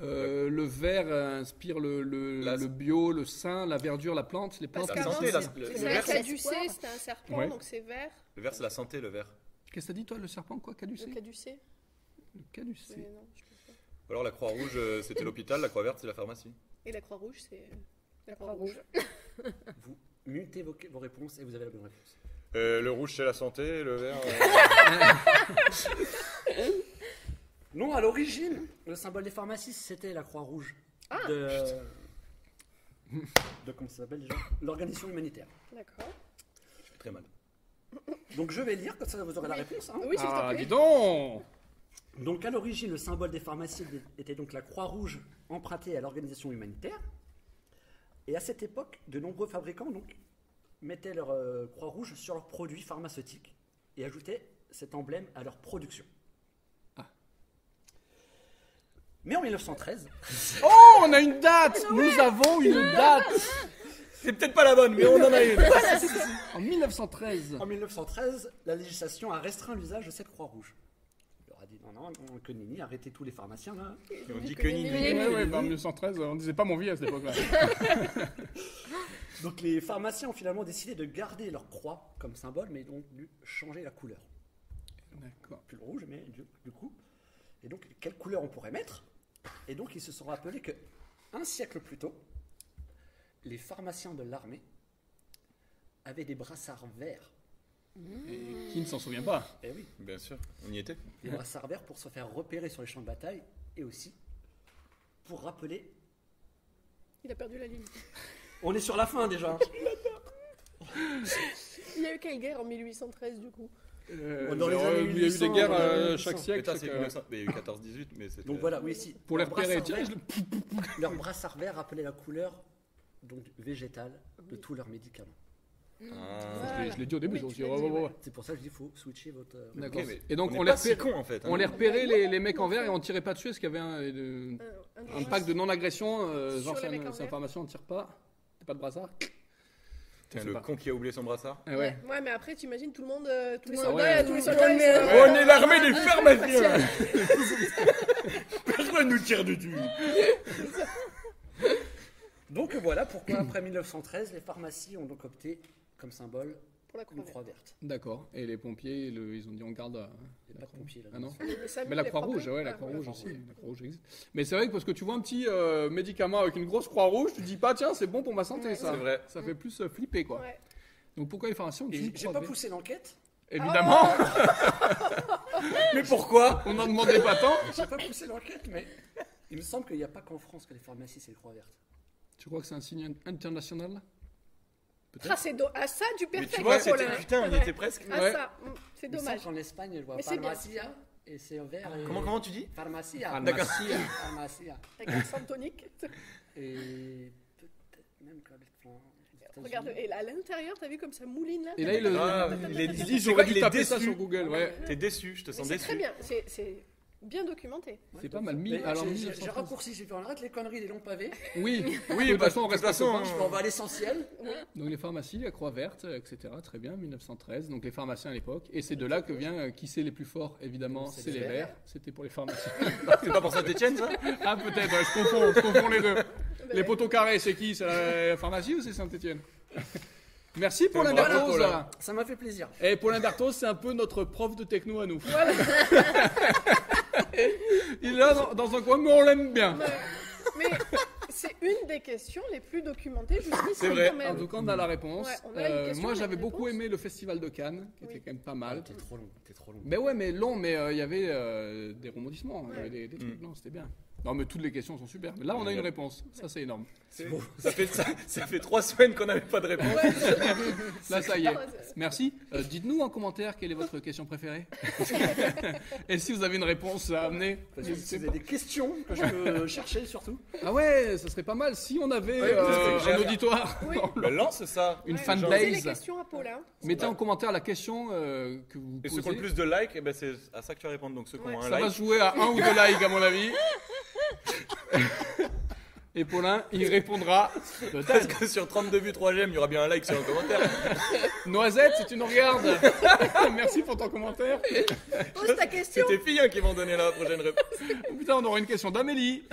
S1: Euh, le vert euh, inspire le, le-
S2: La-
S1: le bio, le sain, la verdure, la plante, les plantes.
S3: Parce
S2: La
S3: qu'avant,
S2: santé, la-
S3: c'est-
S2: le-
S3: C'est
S2: le
S3: un
S2: vert.
S3: caducé, c'est un serpent,
S1: Ouais.
S3: donc c'est vert.
S2: Le vert, c'est la santé, le vert.
S1: Qu'est-ce que t'as dit toi, le serpent quoi Caducé
S3: Le caducé.
S1: Le caducé.
S3: mais non, je pense pas.
S2: Ou alors la croix rouge, euh, (laughs) c'était l'hôpital, la croix verte, c'est la pharmacie.
S3: Et la croix rouge, c'est. euh, La croix
S5: Croix-Rouge.
S3: rouge.
S6: Vous mutez vos, vos réponses et vous avez la bonne réponse.
S2: Euh, le rouge, c'est la santé, le vert. euh,
S6: Non, à l'origine, le symbole des pharmacies c'était la croix rouge. de... de comment ça s'appelle déjà L'organisation humanitaire.
S3: D'accord.
S2: Très mal.
S6: Donc je vais lire, comme ça vous aurez la réponse. hein.
S3: Oui, s'il te
S1: Ah,
S3: plaît.
S1: dis donc
S6: Donc à l'origine, le symbole des pharmacies était donc la croix rouge empruntée à l'organisation humanitaire. Et à cette époque, de nombreux fabricants donc, mettaient leur euh, croix rouge sur leurs produits pharmaceutiques et ajoutaient cet emblème à leur production. Mais en 1913,
S1: Oh, on a une date Nous avons une date
S2: (laughs) C'est peut-être pas la bonne, mais on en a une.
S1: (laughs) En 1913.
S6: (laughs)
S3: Ah,
S6: en 1913, la législation a restreint l'usage de cette croix rouge. Il leur a dit non, non, non, que nini, arrêtez tous les pharmaciens là.
S2: on dit que ni.
S1: Ouais, ouais, bah, en 1913, on disait pas mon vieux à cette époque-là.
S6: Donc les pharmaciens ont finalement décidé de garder leur croix comme symbole, mais ils ont dû changer la couleur.
S1: D'accord.
S6: plus le rouge, mais du, du coup. Et donc, quelle couleur on pourrait mettre Et donc, ils se sont rappelés que un siècle plus tôt, les pharmaciens de l'armée avaient des brassards verts.
S1: Et qui ne s'en souvient pas
S6: Eh oui,
S2: Bien sûr, on y était.
S6: des brassards verts pour se faire repérer sur les champs de bataille et aussi pour rappeler
S3: Il a perdu la ligne.
S6: On est sur la fin déjà.
S3: Il y a eu quelle guerre en 1813 du coup
S1: Euh,
S6: Bon, dans les
S1: alors,
S6: années
S1: euh, il y a eu
S6: 1800,
S1: des guerres
S6: dans les années
S1: euh,
S6: 1800.
S1: chaque siècle.
S2: Putain, c'est
S1: chaque, euh,
S2: 1900. Mais il y a eu 14-18, mais c'était.
S6: (laughs) Donc voilà, oui, si.
S1: pour les
S6: Leur
S1: repérer,
S6: brassard
S1: tiens,
S6: vert-
S1: je le-
S6: Leur brassard vert rappelait la couleur donc végétale de tous leurs médicaments.
S1: je
S2: Ah.
S1: l'ai- je oh, l'ai dit au début,
S3: Oui,
S1: ça
S3: tu
S1: aussi.
S3: l'as
S1: Ouais,
S3: dit,
S1: ouais,
S3: ouais.
S1: ouais.
S6: C'est pour ça que je dis faut switcher votre. euh,
S1: D'accord.
S2: Ok, mais
S1: Et donc,
S2: on
S1: on,
S2: est
S1: les
S2: pas si
S1: repérait,
S2: cons, en fait. hein.
S1: on les repérait, les, les mecs en vert, et on tirait pas dessus parce qu'il y avait un, euh,
S3: Euh,
S1: un
S3: endurance.
S1: pacte de non-agression. euh, genre,
S3: Sur les
S1: c'est
S3: mecs en
S1: un-
S3: vert.
S1: c'est information, on ne tire pas. T'as pas de brassard
S2: Putain,
S1: Je sais
S2: le
S1: pas.
S2: con qui a oublié son brassard.
S1: Eh ouais.
S3: Ouais. ouais, mais après, t'imagines tout le monde, euh, tous les
S1: Ah
S3: soldats,
S1: ouais.
S3: là, tous les soldats, ils sont-
S2: On est l'armée des (laughs) pharmaciens Personne nous tire du dessus
S6: Donc voilà pourquoi après 1913, les pharmacies ont donc opté comme symbole
S3: pour la
S6: une
S3: Croix-Rouge.
S6: croix verte.
S1: D'accord. Et les pompiers, le- ils ont dit on garde. euh,
S6: Il n'y a pas de pompiers là.
S1: Ah non
S3: Les SAMU,
S1: Mais la
S3: les
S1: Croix-Rouge,
S3: Croix-Rouges.
S1: ouais, la
S3: Ah,
S1: Croix-Rouge
S6: la
S1: aussi. La Croix-Rouge existe. Mais c'est vrai que parce que tu vois un petit euh, médicament avec une grosse Croix-Rouge, tu te dis pas, tiens, c'est bon pour ma santé, ça.
S2: C'est vrai.
S1: Ça fait plus euh, flipper, quoi.
S3: Ouais.
S1: Donc pourquoi les pharmaciens ont
S6: Et
S1: une
S6: j'ai
S1: croix
S6: pas
S1: verte
S6: poussé l'enquête.
S1: Évidemment
S2: (laughs) Mais pourquoi
S1: Ah. On n'en demandait pas tant
S6: J'ai pas poussé l'enquête, mais il me semble qu'il n'y a pas qu'en France que les pharmacies c'est les croix vertes.
S1: Tu crois que c'est un signe international
S3: Ah, c'est do- ah, ça, du
S2: Mais
S3: perfect.
S2: tu vois, c'était.
S3: Colin.
S2: Putain, on y
S3: Ouais.
S2: était (laughs) presque.
S3: Ah,
S1: Ouais.
S3: ça, mm, c'est
S6: Il me
S3: dommage.
S6: semble qu'en Espagne, je vois
S3: Mais c'est bien.
S6: pharmacia et c'est en
S2: Ah
S1: Ah,
S6: vert. et-
S2: Comment, comment tu dis
S6: Pharmacia.
S1: D'accord.
S6: Pharmacia.
S3: Avec l'accent (laughs) tonique.
S6: Et peut-être même qu'avec les
S3: Regarde, et là, à l'intérieur, t'as vu comme ça mouline là
S1: Et là, il le.
S2: Ah,
S1: il-
S2: il est-
S1: il-
S2: il est
S1: j'aurais dû
S2: déçu.
S1: taper ça sur Google, (laughs) ouais.
S2: T'es déçu, je te
S3: Mais
S2: sens
S3: C'est
S2: déçu.
S3: très bien, c'est- c'est bien documenté.
S1: C'est pas mal mis. Alors,
S6: j'ai
S1: 1913.
S6: raccourci, j'ai fait on arrête les conneries des longs pavés.
S1: Oui,
S2: Oui,
S1: oui, de toute
S2: bah,
S1: façon, hein. on
S2: de toute
S1: reste pas
S2: façon,
S1: copains.
S6: On va à l'essentiel.
S1: Donc les pharmacies, la croix verte, etc. Très bien, 1913. Donc les pharmaciens à l'époque. Et c'est de là que vient euh, qui c'est les plus forts, évidemment, c'est les verts. C'était pour les pharmaciens.
S2: C'est pas pour Saint-Etienne, ça
S1: (laughs) ah peut-être, ouais, je confonds, je confonds les deux. Les
S3: ouais.
S1: poteaux carrés, c'est qui C'est la la pharmacie ou c'est (laughs) Saint-Étienne Merci pour
S2: Bravo,
S1: l'indertose.
S2: Paula.
S6: Ça m'a fait plaisir.
S1: Et pour l'indertose, c'est un peu notre prof de techno à nous. (laughs) Il est là dans, dans un coin, mais on l'aime bien.
S3: Ouais. Mais c'est une des questions les plus documentées jusqu'ici.
S2: C'est vrai.
S3: quand
S1: En
S3: même.
S1: tout cas, on a la réponse. Euh,
S3: Ouais, on a une question, on
S1: moi,
S3: a
S1: j'avais
S3: une
S1: beaucoup
S3: réponse.
S1: aimé le festival de Cannes, qui
S3: Oui.
S1: était quand même pas mal.
S6: T'es trop long, t'es trop long.
S1: Ben ouais, mais long, mais euh, il y avait euh, des rebondissements, il y avait des, des trucs, non, c'était bien. Non, mais toutes les questions sont super. Mais là, on a une réponse. Ça, c'est énorme.
S2: C'est- ça, fait, ça, ça fait trois semaines qu'on n'avait pas de réponse.
S1: Là, ça y est.
S3: clair, (laughs) c'est-
S1: Merci. Euh, Dites-nous en commentaire quelle est votre question
S3: (laughs)
S1: préférée. Et si vous avez une réponse à amener,
S6: Parce que
S1: n'hésitez
S6: si vous
S1: pas.
S6: avez des questions que je peux chercher surtout.
S1: Ah ouais, ça serait pas mal si on avait
S2: Ouais, parce
S1: euh,
S2: que j'ai-
S1: un auditoire.
S3: Oui.
S2: Bah, lance ça
S1: Une
S3: Ouais,
S1: fan
S3: posez
S1: base.
S3: les questions à Paul. hein.
S1: Mettez en commentaire la question euh, que vous
S2: Et
S1: posez.
S2: ceux qui ont le plus de likes, eh ben, c'est à ça que tu vas répondre. Donc ceux qui ont
S1: Ça
S2: un
S1: va
S2: like.
S1: se jouer à un ou deux likes, à mon avis. Et Paulin, il répondra.
S2: Parce que sur 32 vues, 3 j'aime, il y aura bien un like sur un commentaire.
S1: Noisette, si tu nous regardes,
S2: (laughs)
S1: merci pour ton commentaire.
S3: Pose ta question.
S2: C'est tes filles hein, qui vont donner la prochaine réponse.
S1: Oh, putain, on aura une question d'Amélie.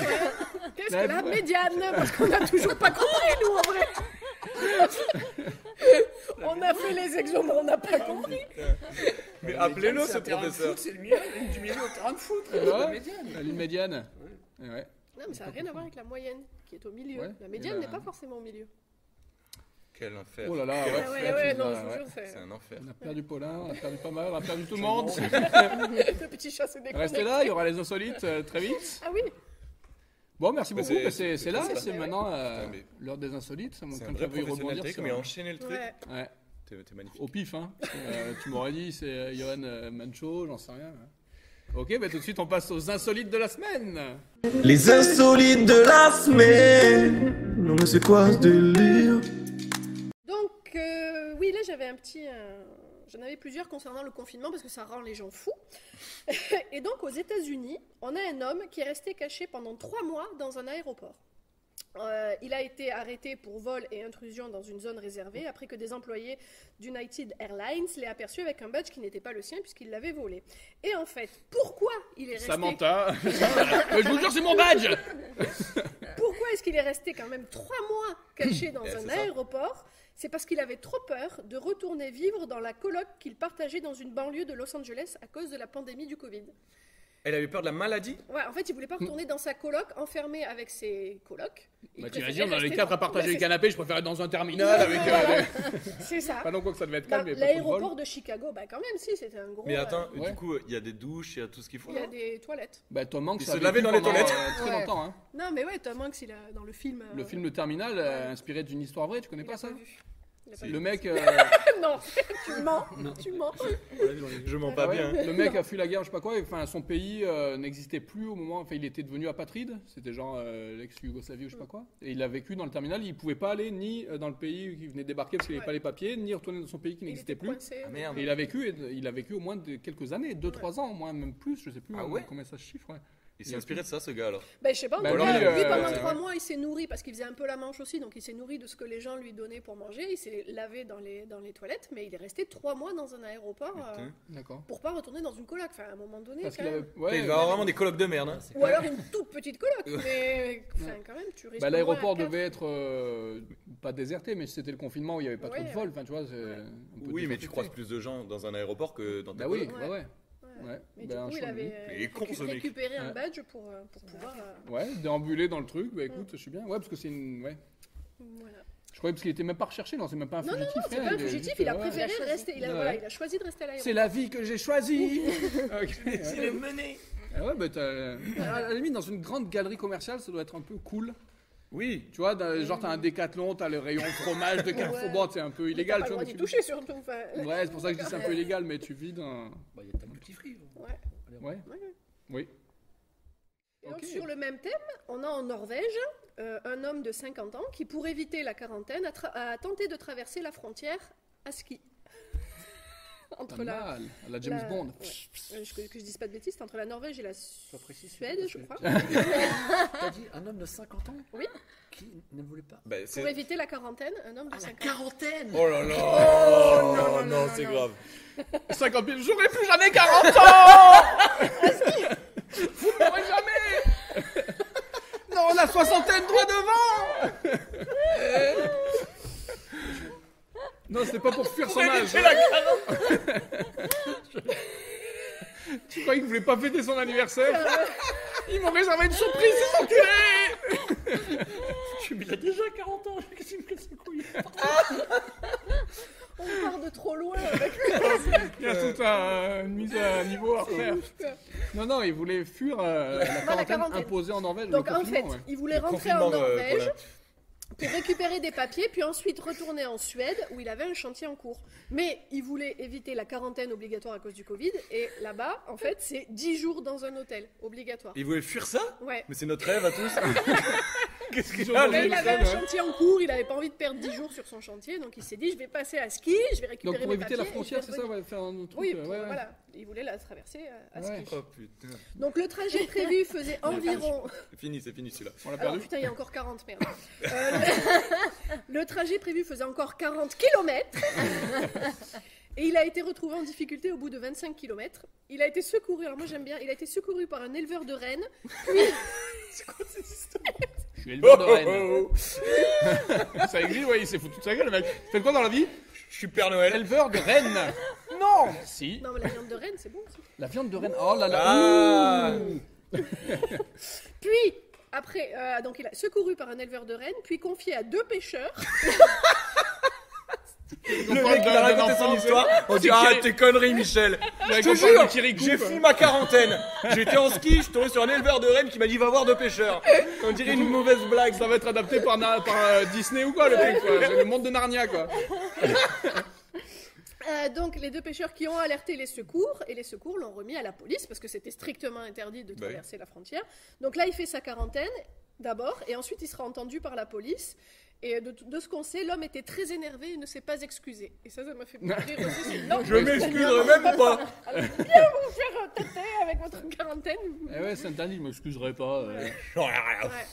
S3: Qu'est-ce
S1: Ouais,
S3: que la
S1: ouais.
S3: médiane Parce qu'on n'a toujours pas compris, nous, en vrai. on a fait les exos, mais on n'a pas compris.
S2: Mais appelez-le
S6: C'est
S2: ce
S6: un terrain de
S2: professeur.
S6: foot, C'est le milieu, une du milieu au terrain de foot. la médiane.
S1: La ligne médiane. Eh ouais.
S3: Non, mais ça n'a rien à voir avec la moyenne qui est au milieu.
S1: Ouais.
S3: La médiane
S1: Et la-
S3: n'est pas forcément au milieu.
S2: Quel enfer.
S1: Oh là là.
S2: Quel
S1: ouais,
S3: Ah
S2: enfer.
S3: ouais,
S1: ouais,
S3: ouais,
S1: tu
S3: non,
S1: vas-
S3: je vous
S1: ouais.
S3: jure, c'est
S2: C'est un enfer.
S1: On a perdu Paulin, on a perdu pas mal, on a perdu tout le monde.
S3: le petit chat se
S1: Restez
S3: déconnecte.
S1: là, il y aura les insolites euh, très vite.
S3: Ah oui,
S1: Bon, merci
S2: Bah,
S1: beaucoup.
S2: c'est-
S1: bah, C'est c'est là,
S2: c'est ça.
S1: c'est maintenant euh,
S2: Putain, mais-
S1: l'heure des insolites. Ça
S2: C'est un vrai professionnel hein. tech, mais enchaîner le truc.
S3: ouais.
S1: Ouais,
S2: T'es t'es magnifique.
S1: au pif, hein. Euh, tu m'aurais dit, c'est euh, Johan euh, Mancho, j'en sais rien. Ok, bah, tout de suite, on passe aux insolites de la semaine.
S7: Les insolites de la semaine. Non, mais c'est quoi ce délire?
S3: Donc, euh, oui, là j'avais un petit. euh, J'en avais plusieurs concernant le confinement parce que ça rend les gens fous. (laughs) Et donc, aux États-Unis, on a un homme qui est resté caché pendant trois mois dans un aéroport. Euh, il a été arrêté pour vol et intrusion dans une zone réservée après que des employés d'United Airlines l'aient aperçu avec un badge qui n'était pas le sien puisqu'il l'avait volé. Et en fait, pourquoi il est resté
S1: Samantha. (laughs) Mais je vous jure, c'est mon badge.
S3: Pourquoi est-ce qu'il est resté quand même trois mois
S1: (coughs)
S3: caché dans
S2: Eh,
S3: un
S2: c'est ça.
S3: aéroport C'est parce qu'il avait trop peur de retourner vivre dans la coloc qu'il partageait dans une banlieue de Los Angeles à cause de la pandémie du Covid.
S2: Eh, Elle avait peur de la maladie
S3: Ouais, en fait, il voulait pas retourner dans sa coloc, enfermé avec ses colocs. Il
S1: Bah,
S3: préférait
S1: t'imagines, on a les
S3: rester
S1: quatre
S3: dans-
S1: à partager
S3: Ouais,
S1: le
S3: c'est-
S1: canapé, je préfère être dans un terminal avec. euh,
S3: (laughs) C'est ça.
S1: Pas non quoi que ça devait être
S3: Bah,
S1: calme, mais pas trop de vol.
S3: L'aéroport de Chicago, bah quand même, si, c'était un gros. euh,
S2: Mais attends,
S1: Ouais.
S2: du coup, il y a des douches, il y a tout ce qu'il faut.
S3: Il y a
S2: non
S3: des toilettes.
S1: Bah, Tom Hanks
S2: Il se
S1: a vécu
S2: lavait dans les
S1: pendant,
S2: toilettes.
S1: euh, très
S3: Ouais.
S1: longtemps, hein.
S3: Non, mais ouais, Tom Hanks, il a dans le film.
S1: Le
S3: euh,
S1: film Le Terminal, euh, inspiré d'une histoire vraie, tu connais
S3: il l'a
S1: pas ça
S3: vu. Il l'a pas
S2: Si.
S3: vu. (laughs)
S1: Le mec, euh,
S3: Non, tu mens, tu mens.
S2: Je mens pas
S3: Ah
S1: ouais,
S2: bien. hein.
S1: le
S3: (laughs)
S1: mec a fui la guerre, je sais pas quoi. et, Enfin, son pays euh, n'existait plus au moment. Enfin, il était devenu apatride. C'était genre euh, l'ex-Yougoslavie ou je sais pas quoi. Et il a vécu dans le terminal. Il pouvait pas aller ni euh, dans le pays où il venait de débarquer parce qu'il avait
S3: Ouais.
S1: pas les papiers, ni retourner dans son pays qui
S3: Il
S1: n'existait
S3: était
S1: plus.
S3: coincé.
S2: Ah merde.
S1: Et il a vécu, et il a vécu au moins de quelques années, 2-3 ans, au moins même plus, je sais plus
S2: Ah
S1: euh,
S2: ouais
S1: combien ça se chiffre. ouais.
S2: Il s'est inspiré de ça, ce gars alors.
S3: Ben, je sais pas, en
S1: Bah,
S3: tout
S1: lui,
S3: cas,
S1: euh,
S3: lui, pendant
S1: ouais.
S3: trois mois, il s'est nourri parce qu'il faisait un peu la manche aussi, donc il s'est nourri de ce que les gens lui donnaient pour manger. Il s'est lavé dans les, dans les toilettes, mais il est resté trois mois dans un aéroport euh,
S2: Putain.
S1: D'accord.
S3: pour pas retourner dans une coloc. Enfin, à un moment donné,
S1: Parce
S3: quand
S1: qu'il
S3: même.
S1: avait. ouais, bah,
S2: il va avoir vraiment des colocs de merde. hein.
S3: Ou alors une toute
S1: (laughs)
S3: petite coloc, mais enfin, quand même, tu risques.
S1: Bah,
S3: au moins
S1: l'aéroport
S3: un quart.
S1: devait être euh, pas déserté, mais c'était le confinement où il n'y avait pas trop
S3: Ouais,
S1: de vols. Enfin, tu vois, c'est un peu
S2: Oui, mais
S1: déserté.
S2: tu croises plus de gens dans un aéroport que dans ta
S1: Bah oui,
S2: coloc.
S1: bah ouais. Ouais.
S3: Mais
S1: Ben, un
S3: du coup, il
S1: chaud, lui.
S3: avait
S2: Mais
S3: euh,
S2: il est con, ce mec.
S3: récupéré un
S1: Ouais.
S3: badge pour, euh, pour pouvoir. euh,
S1: Ouais, déambuler dans le truc, bah écoute, je suis bien. Ouais, parce que c'est une. Ouais.
S3: voilà.
S1: Je croyais parce qu'il était même pas recherché, non, c'est même pas un
S3: Non, non,
S1: fugitif.
S3: non, c'est
S1: rien,
S3: pas un
S1: il est
S3: fugitif,
S1: juste, euh,
S3: il a
S1: ouais.
S3: préféré
S5: Il a
S3: rester. Il a,
S1: Ouais.
S3: voilà, il a choisi de rester à
S1: C'est
S3: l'aéroport.
S1: la vie que j'ai
S3: (laughs)
S1: choisie Ok, ouais.
S6: le mener
S1: Ah ouais, bah t'as- à la limite, dans une grande galerie commerciale, ça doit être un peu cool.
S2: Oui.
S1: Tu vois, dans- genre t'as un décathlon, t'as le (laughs) rayon fromage de Carrefour,
S3: Ouais.
S1: bon, c'est un peu illégal,
S3: Pas
S1: tu
S3: le
S1: vois.
S3: droit
S1: mais
S3: d'y
S1: tu-
S3: toucher surtout. enfin,
S1: Ouais, c'est pour ça que je dis c'est un
S3: (laughs)
S1: peu illégal, mais tu vis dans.
S6: Bah, il y a ta multifree.
S3: ouais.
S1: Ouais.
S3: Ouais.
S1: Oui.
S3: Et donc,
S1: Ok.
S3: sur le même thème, on a en Norvège euh, un homme de 50 ans qui, pour éviter la quarantaine, a, tra- a tenté de traverser la frontière à ski. (laughs)
S1: Pas
S3: entre la,
S1: mal. À la James
S3: la-
S1: Bond.
S3: ouais. euh, je- que, que je dise pas de bêtises, c'est entre la Norvège et la
S6: Sois précis, s'il te
S3: Suède,
S6: plaît,
S3: je
S6: parce (laughs)
S3: crois,
S6: T'as dit un homme de 50 ans
S3: Oui.
S6: Qui ne voulait pas
S2: Bah,
S3: pour
S2: c'est...
S3: éviter la quarantaine, Ah, un homme de
S1: Ah,
S3: 50 ans.
S6: Quarantaine
S2: Oh
S3: (laughs)
S2: là là Oh, non, c'est grave.
S1: 50 000, j'aurais plus jamais 40 ans Vous n'aurez jamais Non, la soixantaine droit devant Non, c'est pas pour fuir son âge. hein. tu croyais qu'il voulait pas fêter son anniversaire Ils m'ont réservé une surprise, ces enculés
S6: Il a déjà 40 ans, qu'est-ce qu'il me casse les couilles
S3: On part de trop loin
S1: (laughs)
S3: avec
S1: Il y a toute un- une mise à niveau à refaire. Non, non, il voulait fuir euh, la, quarantaine
S3: quarantaine.
S1: imposée en Norvège.
S3: Donc
S1: le
S3: en fait,
S1: confinement, ouais.
S3: il voulait rentrer en
S2: Confinement, euh,
S3: Norvège
S2: Colin.
S3: pour récupérer des papiers, puis ensuite retourner en Suède où il avait un chantier en cours. Mais il voulait éviter la quarantaine obligatoire à cause du Covid, et là-bas, en fait, c'est 10 jours dans un hôtel obligatoire.
S2: Il voulait fuir ça
S3: Ouais.
S2: Mais c'est notre rêve à tous. Qu'est-ce qu'il y
S1: Ah,
S2: a
S3: Mais
S1: oui,
S3: il
S1: le
S3: avait un
S1: seul, ouais.
S3: chantier en cours, il n'avait pas envie de perdre 10 jours sur son chantier, donc il s'est dit je vais passer à ski, je vais récupérer
S1: Donc pour
S3: mes
S1: éviter la
S3: papiers et
S1: frontière,
S3: je vais
S1: c'est ça,
S3: revenir.
S1: ouais, faire un autre truc.
S3: Oui,
S1: euh,
S3: pour-
S1: ouais, ouais.
S3: voilà, il voulait la traverser euh, à, à
S1: Ouais.
S3: ski.
S2: Oh putain.
S3: Donc
S1: (laughs)
S3: le trajet prévu faisait environ
S2: C'est fini, c'est fini celui-là.
S1: On l'a
S3: Alors
S1: perdu.
S3: putain, il y a encore 40, merde. Euh, le- (laughs) le trajet prévu faisait encore 40 km.
S1: (laughs)
S3: Et il a été retrouvé en difficulté au bout de 25 km. Il a été secouru, alors moi j'aime bien, il a été secouru par un éleveur de rennes.
S1: Je suis
S2: Oh,
S1: éleveur de (laughs) rennes. ça existe, ouais, il s'est foutu de sa gueule, le mec. Fais quoi dans la vie
S2: Je suis Père Noël.
S1: Éleveur de rennes. Non Si.
S3: Non mais la viande de rennes, c'est bon aussi.
S1: La viande de rennes. Oh là là.
S2: Ah
S3: Puis, après, euh, donc il a secouru par un éleveur de rennes, puis confié à deux pêcheurs.
S1: Ah,
S2: Le mec, il a raconté son histoire. On dit arrête tes conneries, Michel.
S1: Je
S2: Je te jure, j'ai fui ma quarantaine. J'étais en ski, je suis tombé sur un éleveur de rennes qui m'a dit va voir deux pêcheurs. On dirait une mauvaise blague.
S1: Ça va être adapté par, Na- par, euh, Disney ou quoi, le truc, quoi. C'est Le monde de Narnia, quoi.
S3: Euh, donc les deux pêcheurs qui ont alerté les secours et les secours l'ont remis à la police parce que c'était strictement interdit de
S2: Bah oui.
S3: traverser la frontière. Donc là, il fait sa quarantaine d'abord et ensuite il sera entendu par la police. Et de, de ce qu'on sait, l'homme était très énervé et ne s'est pas excusé. Et ça, ça
S1: (laughs)
S3: m'a fait beaucoup rire aussi. c'est- Non,
S2: Je m'excuserai même pas.
S3: alors, viens vous faire euh, tâter avec votre quarantaine.
S1: Eh ouais, c'est interdit, je m'excuserai pas. euh.
S2: J'en ai rien à
S3: Ouais.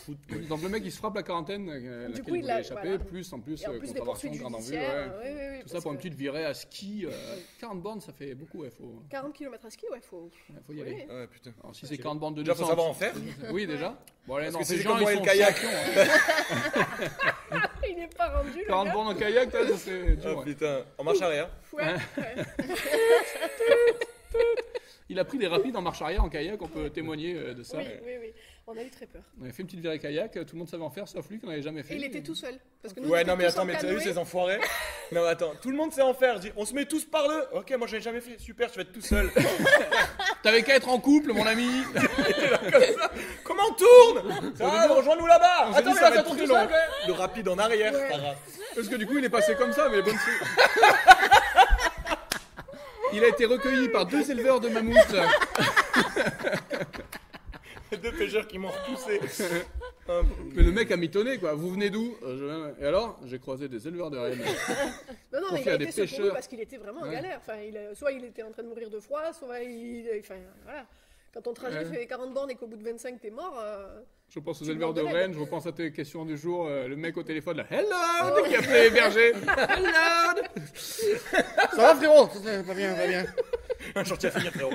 S1: Donc le mec, il se frappe la quarantaine. euh,
S3: Du
S1: laquelle
S3: coup, il
S1: il
S3: l'a-
S1: voulait échapper,
S3: voilà.
S1: plus en plus,
S3: Et en
S1: euh,
S3: plus des
S1: contravention,
S3: poursuites
S1: garde en vue,
S3: judiciaires.
S1: ouais.
S3: euh, oui, oui, oui,
S1: Tout ça
S3: parce
S1: pour une
S3: que
S1: petite virée à ski. euh, 40 bornes, ça fait beaucoup, ouais, faut,
S3: 40 km à ski, ouais, faut.
S1: ouais, faut y aller.
S3: oui.
S2: Ouais, Ah, putain.
S1: Alors, si c'est 40 bandes de
S2: Déjà, faut
S1: descente,
S2: savoir en faire.
S1: Oui, déjà. Bon, allez,
S2: Parce
S1: non,
S2: que
S1: ces
S2: c'est
S1: gens,
S2: comme
S1: ils
S2: moi et
S1: sont
S2: le kayak.
S1: champions, hein.
S3: (laughs)
S1: (laughs)
S3: Il n'est pas rendu. Le
S1: 40
S3: gars.
S1: bornes en kayak, là, ça c'est dur,
S2: Ah
S1: ouais.
S2: putain, en marche arrière.
S3: Ouais, ouais.
S1: Il a pris des rapides en marche arrière, en kayak, on peut témoigner euh, de ça.
S3: Oui, oui, oui. On a eu très peur.
S1: On avait fait une petite virée kayak, euh, tout le monde savait en faire, sauf lui qui n'en avait jamais fait.
S3: Et il était tout seul. Parce que nous,
S2: Ouais,
S3: on était
S2: non, mais
S3: tous
S2: attends,
S3: en
S2: mais t'as vu
S3: canoë.
S2: ces enfoirés Non, mais attends, tout le monde sait en faire. Je dis, on se met tous par le. Ok, moi j'en ai jamais fait. Super, tu vas être tout (laughs) seul.
S1: T'avais qu'à être en couple, mon ami (laughs)
S2: Comment on tourne Ah, rejoins-nous là-bas
S1: On s'est
S2: Attends,
S1: dit,
S2: mais
S1: ça
S2: là,
S1: va
S2: ça
S1: être
S2: tourne
S1: très
S2: tout seul
S1: long.
S2: ouais. Le rapide en arrière,
S3: Ouais.
S2: c'est pas grave.
S1: Parce que du coup, il est passé comme ça, mais bonne sou- (laughs) Il a été recueilli par deux éleveurs de mammouths.
S2: Deux pêcheurs qui m'ont repoussé.
S1: Mais le mec a mitonné, quoi. Vous venez d'où Euh, je- Et alors J'ai croisé des éleveurs de rennes.
S3: Non, non, mais il
S1: faire
S3: a
S1: des
S3: été secouru
S1: pêcheurs.
S3: parce qu'il était vraiment en
S1: Ouais.
S3: galère. Enfin, il, a- soit il était en train de mourir de froid, soit il. Enfin, voilà. Quand ton trajet
S1: Ouais.
S3: fait 40 bornes et qu'au bout de 25, t'es mort. euh,
S1: Je pense aux
S3: Tu
S1: éleveurs de
S3: demandes de Ah
S1: rennes, je repense à tes questions du jour, euh, le mec au téléphone, là, Hello Qui a fait héberger Hello Ça va, frérot Ça va bien, va bien.
S2: Un chantier à finir, frérot.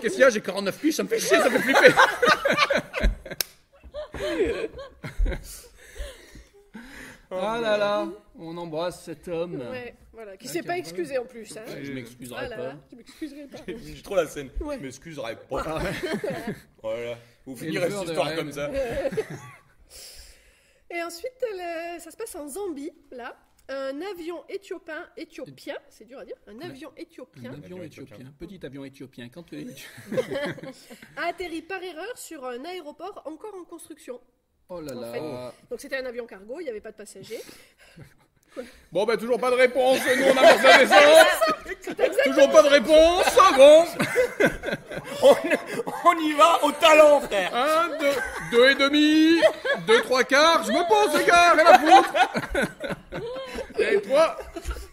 S1: Qu'est-ce qu'il y a J'ai 49 piges, ça me fait chier, ça me fait
S3: (laughs)
S1: flipper Ah là là On embrasse cet homme.
S3: ouais, voilà. Qui
S1: Ouais,
S3: s'est
S1: qui a
S3: pas
S1: pas-
S3: excusé en plus. Hein.
S1: Je m'excuserai
S3: Ah là
S1: pas.
S3: là, je m'excuserai pas.
S2: J'ai trop la scène.
S3: Ouais.
S2: Je m'excuserai pas. (laughs) voilà. Vous finirez
S1: Éleveur
S2: cette
S1: de
S2: histoire
S1: rennes.
S2: comme ça.
S3: Et ensuite, le- ça se passe en Zambie, là. Un avion éthiopien, éthiopien, c'est dur à dire, un avion
S1: Un
S3: éthiopien
S1: avion éthiopien, petit avion éthiopien, quand tu es...
S3: a atterri par erreur sur un aéroport encore en construction.
S1: Oh là
S3: En
S1: là
S3: fait. Donc c'était un avion cargo, il n'y avait pas de passagers.
S1: Bon bah toujours pas de réponse, nous on avance la descente Toujours pas de réponse, ah bon
S2: (laughs) On y va au talent, frère.
S1: Un, deux, deux et demi, deux, trois quarts, je me pose les gars, rien à foutre (laughs) Et trois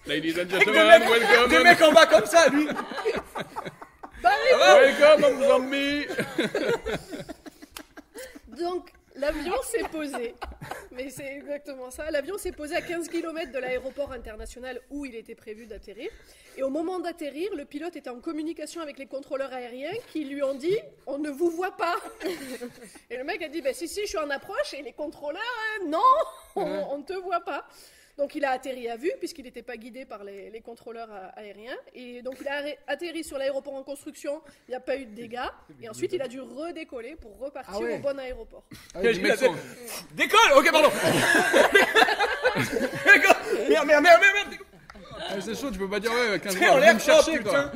S1: Ladies and gentlemen,
S2: Des
S1: welcome
S2: mecs en bas comme ça, lui.
S1: Welcome en Zambie
S3: Donc l'avion s'est posé. Mais c'est exactement ça. L'avion s'est posé à 15 km de l'aéroport international où il était prévu d'atterrir. Et au moment d'atterrir, le pilote était en communication avec les contrôleurs aériens qui lui ont dit On ne vous voit pas. (laughs) Et le mec a dit bah, Si, si, je suis en approche. Et les contrôleurs euh, Non, on on ne te voit pas. Donc il a atterri à vue puisqu'il n'était pas guidé par les, les contrôleurs a- aériens. Et donc il a arrê- atterri sur l'aéroport en construction. Il n'y a pas eu de dégâts. Et ensuite, il a dû redécoller pour repartir
S1: Ah ouais.
S3: au bon aéroport.
S1: Les mecs sont-
S2: Décolle Ok, pardon. merde, merde, merde, merde, merde.
S1: Ah, C'est chaud, tu peux pas dire ouais, 15
S2: en
S1: bornes,
S2: l'air,
S1: vous me cherchez
S2: oh,
S1: quoi
S3: Ouais.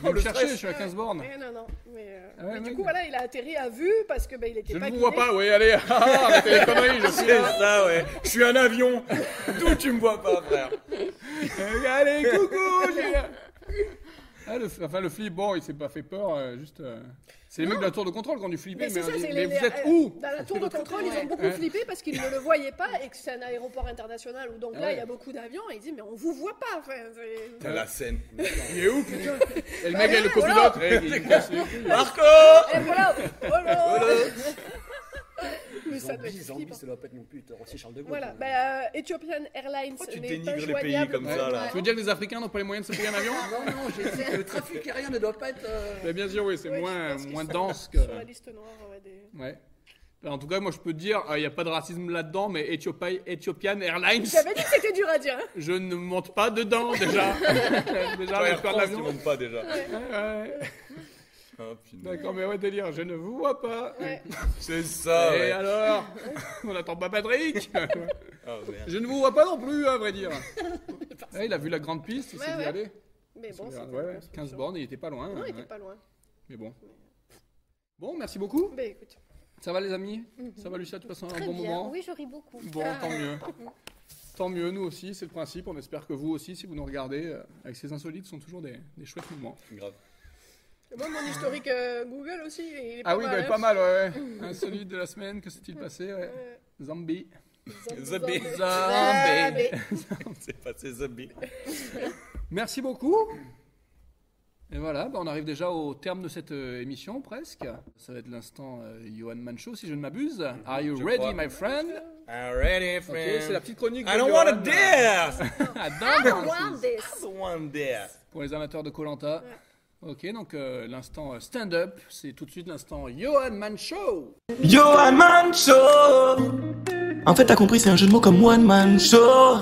S1: Vous me
S2: le
S1: cherchez,
S2: stress.
S1: je suis à 15 bornes
S3: Eh non, non. Mais, euh,
S1: Ah ouais,
S3: mais du
S1: mec.
S3: coup, voilà, il a atterri à vue parce que ben, il était
S1: Je
S3: pas
S1: ne vous
S3: guidé.
S1: vois pas, oui, allez, (laughs) ah, ah, arrêtez les conneries, je (laughs) suis
S2: C'est
S1: là
S2: ça, ouais. Je suis un avion. D'où tu me vois pas, frère
S1: Eh, Allez, coucou j'ai- ah, le, f- Enfin, le flip, bon, il s'est pas fait peur, euh, juste... euh, C'est les mecs de la tour de contrôle qui ont dû flipper,
S3: Mais
S1: mais,
S3: c'est
S1: on
S3: ça,
S1: dit,
S3: c'est
S1: mais
S3: les-
S1: vous
S3: les-
S1: êtes
S3: euh,
S1: où
S3: Dans la tour de contrôle, ils ont beaucoup flippé parce qu'ils ne le voyaient pas et que c'est un aéroport international où donc
S1: Ah
S3: là,
S1: ouais.
S3: il y a beaucoup d'avions et il dit mais on vous voit pas. Enfin, c'est-
S1: (laughs)
S2: T'as la scène. Il est où,
S3: (laughs)
S2: putain
S1: Et le
S3: Bah,
S1: mec avec le copilote, eh, il- il casse les couilles.
S2: Marco
S3: Et eh, voilà. Voilà. (laughs) Mais ça doit être
S6: Zambie, Zambie,
S3: flippant.
S6: ça doit pas être non plus. T'as aussi Charles de Gaulle.
S3: Voilà,
S6: hein.
S3: ben, euh, Ethiopian Airlines
S2: Pourquoi Oh, tu
S3: n'est pas
S2: dénigres les pays
S3: joignable.
S2: comme ça, là
S1: Tu veux dire que les Africains n'ont pas les moyens de se payer un avion
S6: Non, non, j'ai dit que le trafic aérien ne doit pas être. euh,
S1: Mais Bien sûr, oui, c'est
S3: Ouais, je
S1: moins,
S3: pense qu'ils
S1: moins
S3: sont
S1: dense que...
S3: Sur la liste noire, ouais, des-
S1: Ouais. En tout cas, moi, je peux te dire, ah, il n'y a pas de racisme là-dedans, mais Ethiopia- Ethiopian Airlines,
S3: J'avais dit que c'était dur à dire. hein.
S1: je ne monte pas dedans,
S3: (laughs)
S1: déjà. déjà, j'ai peur de
S2: Air France, ils
S1: l'avion.
S2: montent pas déjà.
S1: Ouais, ouais.
S2: Ah, putain.
S1: D'accord, mais ouais, délire, je ne vous vois pas.
S3: Ouais.
S2: C'est ça,
S1: Et
S2: Ah, ouais.
S1: alors On n'attend pas Patrick
S2: Ah, merde.
S1: Je ne vous vois pas non plus, hein, à vrai
S3: (laughs)
S1: dire. Ouais, il a vu la grande piste, il
S3: Ouais,
S1: s'est dit,
S3: ouais.
S1: allez.
S3: Mais bon,
S1: Ouais,
S3: c'était
S1: ouais,
S3: une construction.
S1: 15 bornes, il était pas loin. hein,
S3: Non, il était
S1: ouais.
S3: pas loin.
S1: Mais bon. Bon, merci beaucoup.
S3: Ben écoute.
S1: Ça va, les amis
S3: Mhm.
S1: Ça va, Lucia Tu passes un
S5: Très
S1: bon
S5: bien.
S1: moment
S5: Oui, je ris beaucoup.
S1: Bon,
S3: (laughs)
S5: (laughs)
S1: tant mieux. Tant mieux, nous aussi, c'est le principe. On espère que vous aussi, si vous nous regardez, euh, avec ces insolites, ce sont toujours des, des chouettes moments.
S2: Grave. (laughs)
S3: Moi, mon historique euh, Google aussi, il est pas
S1: Ah oui,
S3: mal. hein.
S1: bah, pas mal, ouais.
S3: (laughs)
S1: ouais. Insolite de la semaine, que s'est-il passé ouais.
S3: Euh,
S1: Zombie.
S3: Zambie,
S2: Zambie.
S3: Zambie.
S1: Zombie.
S2: C'est passé zombie.
S1: Merci beaucoup. Et voilà, bah, on arrive déjà au terme de cette euh, émission presque. Ça va être l'instant euh, Johan Mancho, si je ne m'abuse. Are you
S2: Je
S1: ready,
S2: crois.
S1: my friend
S2: I'm ready,
S1: Ok, C'est la
S2: friend.
S1: petite chronique.
S2: I
S1: de
S2: don't
S1: Johan.
S2: wanna dance.
S1: Ah,
S5: I
S1: dingue.
S5: don't want this.
S2: I don't wanna dance.
S1: Pour les amateurs de Colanta. Ok, donc euh, l'instant euh, stand-up, c'est tout de suite l'instant Johan Mancho.
S7: Yo, un man show En fait, t'as compris, c'est un jeu de mots comme one man show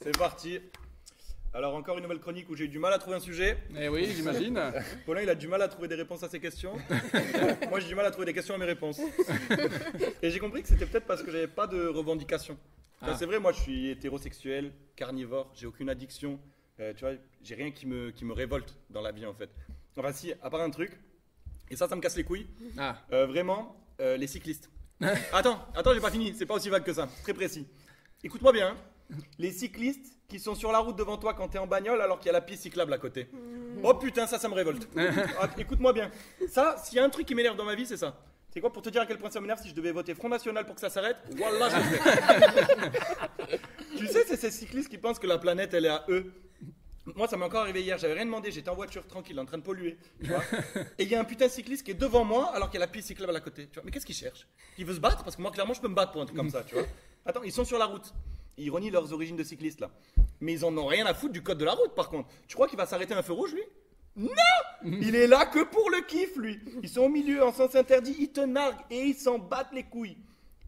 S2: C'est parti.
S10: Alors encore une nouvelle chronique où j'ai eu du mal à trouver un sujet.
S1: Eh oui, j'imagine.
S10: Paulin, il a du mal à trouver des réponses à ses questions. Moi, j'ai du mal à trouver des questions à mes réponses. Et j'ai compris que c'était peut-être parce que j'avais pas de revendications. Enfin,
S1: Ah.
S10: C'est vrai, moi, je suis hétérosexuel, carnivore, j'ai aucune addiction. Euh, tu vois, j'ai rien qui me, qui me révolte dans la vie, en fait. Enfin, si, à part un truc, et ça, ça me casse les couilles,
S1: Ah.
S10: euh, vraiment, euh, les cyclistes. attends, attends, j'ai pas fini, c'est pas aussi vague que ça, très précis. Écoute-moi bien, hein. les cyclistes qui sont sur la route devant toi quand t'es en bagnole alors qu'il y a la piste cyclable à côté. Oh putain, ça, ça me révolte. Ah, Écoute-moi bien, ça, s'il y a un truc qui m'énerve dans ma vie, c'est ça. C'est quoi pour te dire à quel point ça m'énerve si je devais voter Front National pour que ça s'arrête Voilà, je le fais. tu sais, c'est ces cyclistes qui pensent que la planète, elle est à eux. Moi, ça m'est encore arrivé hier, j'avais rien demandé, j'étais en voiture tranquille, en train de polluer. Tu vois et il y a un putain de cycliste qui est devant moi alors qu'il y a la piste cyclable à côté. Tu vois Mais qu'est-ce qu'il cherche Il veut se battre Parce que moi, clairement, je peux me battre pour un truc comme ça, tu vois. Attends, ils sont sur la route. Ils renient leurs origines de cycliste, là. Mais ils en ont rien à foutre du code de la route, par contre. Tu crois qu'il va s'arrêter à un feu rouge, lui Non Il est là que pour le kiff, lui. Ils sont au milieu, en sens interdit, ils te narguent et ils s'en battent les couilles.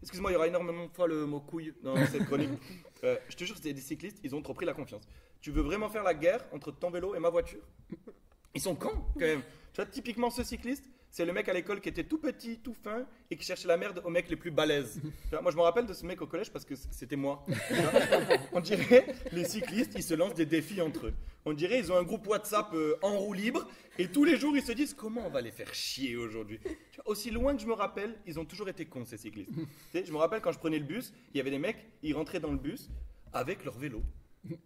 S10: Excuse-moi, il y aura énormément de fois le mot couille dans cette chronique. Euh, je te jure, c'est des cyclistes, ils ont trop pris la confiance. Tu veux vraiment faire la guerre entre ton vélo et ma voiture Ils sont cons, quand même. Tu vois, typiquement, ce cycliste, c'est le mec à l'école qui était tout petit, tout fin, et qui cherchait la merde aux mecs les plus balèzes. Tu vois, moi, je me rappelle de ce mec au collège parce que c- c'était moi. Tu vois, On dirait, les cyclistes, ils se lancent des défis entre eux. On dirait, ils ont un groupe WhatsApp euh, en roue libre, et tous les jours, ils se disent comment on va les faire chier aujourd'hui. Tu vois, Aussi loin que je me rappelle, ils ont toujours été cons, ces cyclistes. Tu sais, je me rappelle quand je prenais le bus, il y avait des mecs, ils rentraient dans le bus avec leur vélo.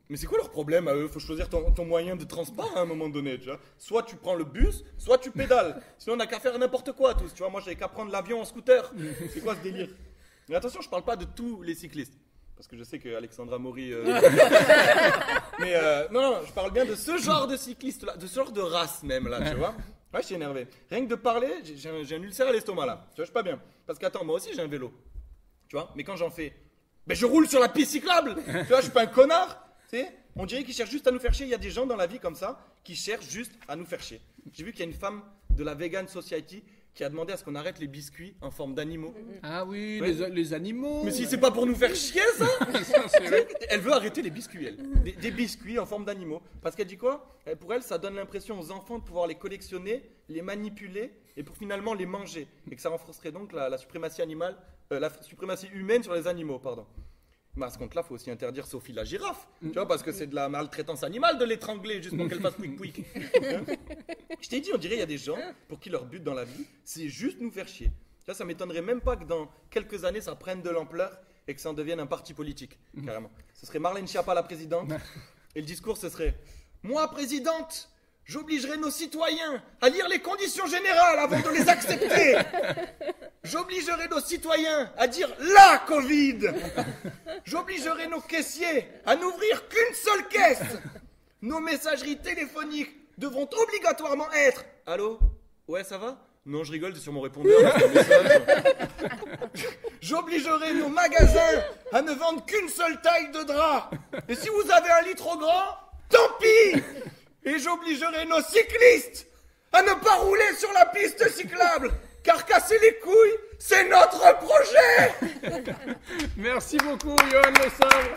S10: Mais c'est quoi leur problème à eux Faut choisir ton, ton moyen de transport à un moment donné, tu vois. Soit tu prends le bus, soit tu pédales. Sinon, on n'a qu'à faire n'importe quoi tous, tu vois. Moi, j'avais qu'à prendre l'avion en scooter. C'est quoi ce délire Mais attention, je parle pas de tous les cyclistes. Parce que je sais que Alexandra Mori. euh, Mais euh, non, non, je parle bien de ce genre de cycliste-là, de ce genre de race même, là, tu vois. Ouais, je suis énervé. Rien que de parler, j'ai- j'ai un, j'ai un ulcère à l'estomac, là. Tu vois, je suis pas bien. Parce qu'attends, moi aussi, j'ai un vélo. Tu vois, mais quand j'en fais. Mais je roule sur la piste
S1: (laughs)
S10: cyclable Tu vois, je suis pas un connard Tu sais On dirait qu'ils cherchent juste à nous faire chier. Il y a des gens dans la vie comme ça qui cherchent juste à nous faire chier. J'ai vu qu'il y a une femme de la Vegan Society qui a demandé à ce qu'on arrête les biscuits en forme d'animaux.
S1: Ah oui,
S10: Ouais.
S1: les, les animaux. (laughs)
S10: Mais si c'est pas pour nous faire chier, ça
S1: ça, c'est vrai.
S10: Elle veut arrêter les biscuits, elle. Des, des biscuits en forme d'animaux. Parce qu'elle dit quoi Euh, Pour elle, ça donne l'impression aux enfants de pouvoir les collectionner, les manipuler et pour finalement les manger. Et que ça renforcerait donc la, la suprématie animale, euh, la f- suprématie humaine sur les animaux, pardon. Mais à ce compte-là, faut aussi interdire Sophie la girafe, tu vois, parce que c'est de la maltraitance animale de l'étrangler juste pour qu'elle fasse pouic pouic. Hein? Je t'ai dit, on dirait il y a des gens pour qui leur but dans la vie, c'est juste nous faire chier. Tu vois, ça m'étonnerait même pas que dans quelques années, ça prenne de l'ampleur et que ça en devienne un parti politique, carrément. Ce serait Marlène Schiappa la présidente, et le discours, ce serait Moi, présidente, j'obligerai nos citoyens à lire les conditions générales avant de les accepter J'obligerai nos citoyens à dire LA Covid J'obligerai nos caissiers à n'ouvrir qu'une seule caisse nos messageries téléphoniques devront obligatoirement être. Allô Ouais, ça va Non, je rigole, c'est sur mon répondeur. c'est un message. J'obligerai nos magasins à ne vendre qu'une seule taille de drap. Et si vous avez un lit trop grand, tant pis Et j'obligerai nos cyclistes à ne pas rouler sur la piste cyclable Car casser les couilles, c'est notre projet
S1: Merci beaucoup, Johan Le
S10: (laughs)
S1: Sabre.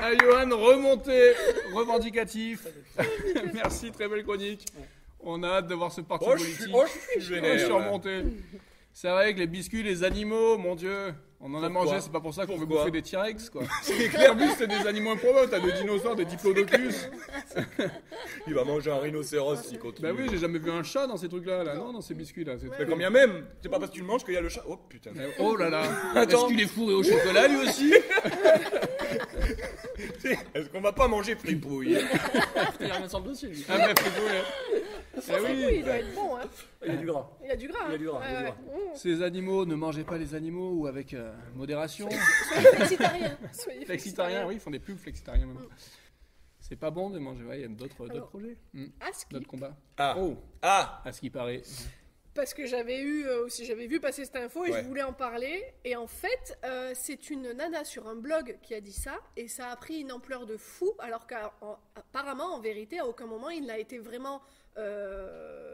S1: À Johan, remonté,
S10: (laughs)
S1: revendicatif. Merci, très belle chronique. On a hâte de voir ce parti politique.
S10: Oh, je suis
S1: Ouais, je suis remonté. C'est vrai que les biscuits, les animaux, mon dieu, on en a mangé, c'est pas pour ça qu'on veut
S10: Pourquoi
S1: bouffer des T-Rex,
S10: (laughs)
S1: quoi. c'est clair, but, c'est des animaux improbables, t'as des dinosaures, des diplodocus.
S10: Il va manger un rhinocéros s'il
S1: Bah
S10: continue.
S1: oui, j'ai jamais vu un chat dans ces trucs-là, là. Non, dans ces biscuits-là. c'est
S10: Mais
S1: très-
S10: combien même C'est pas parce que tu le manges qu'il y a le chat. Oh putain.
S1: Oh là là,
S10: Attends.
S1: est-ce qu'il est fourré au chocolat, lui
S10: (laughs)
S1: aussi
S10: Est-ce qu'on va pas
S1: (laughs)
S10: manger fripouille
S1: Il ressemble aussi, lui. Ah bah, fripouille, hein. Eh oui.
S3: Oui, il doit être bon, hein.
S6: Il y a du gras.
S3: Il a du gras.
S6: Il y a du gras,
S3: hein.
S6: il y a du
S3: Ouais, ouais.
S1: Ces animaux, ne mangez pas les animaux ou avec euh, modération.
S3: Soyez flexitarien.
S1: (laughs)
S3: Soyez
S1: Flexitariens, oui, ils font des pubs flexitariens maintenant. Mm. C'est pas bon de manger, ouais, il y a d'autres d'autres
S3: Alors.
S1: projets, Hmm,
S3: Aski,
S1: d'autres combats.
S10: Ah.
S1: Oh,
S10: Ah
S1: à ce qui paraît.
S3: parce que j'avais eu euh, aussi j'avais vu passer cette info et
S10: Ouais.
S3: je voulais en parler et en fait euh, c'est une nana sur un blog qui a dit ça et ça a pris une ampleur de fou alors qu'apparemment en vérité à aucun moment il n'a été vraiment euh,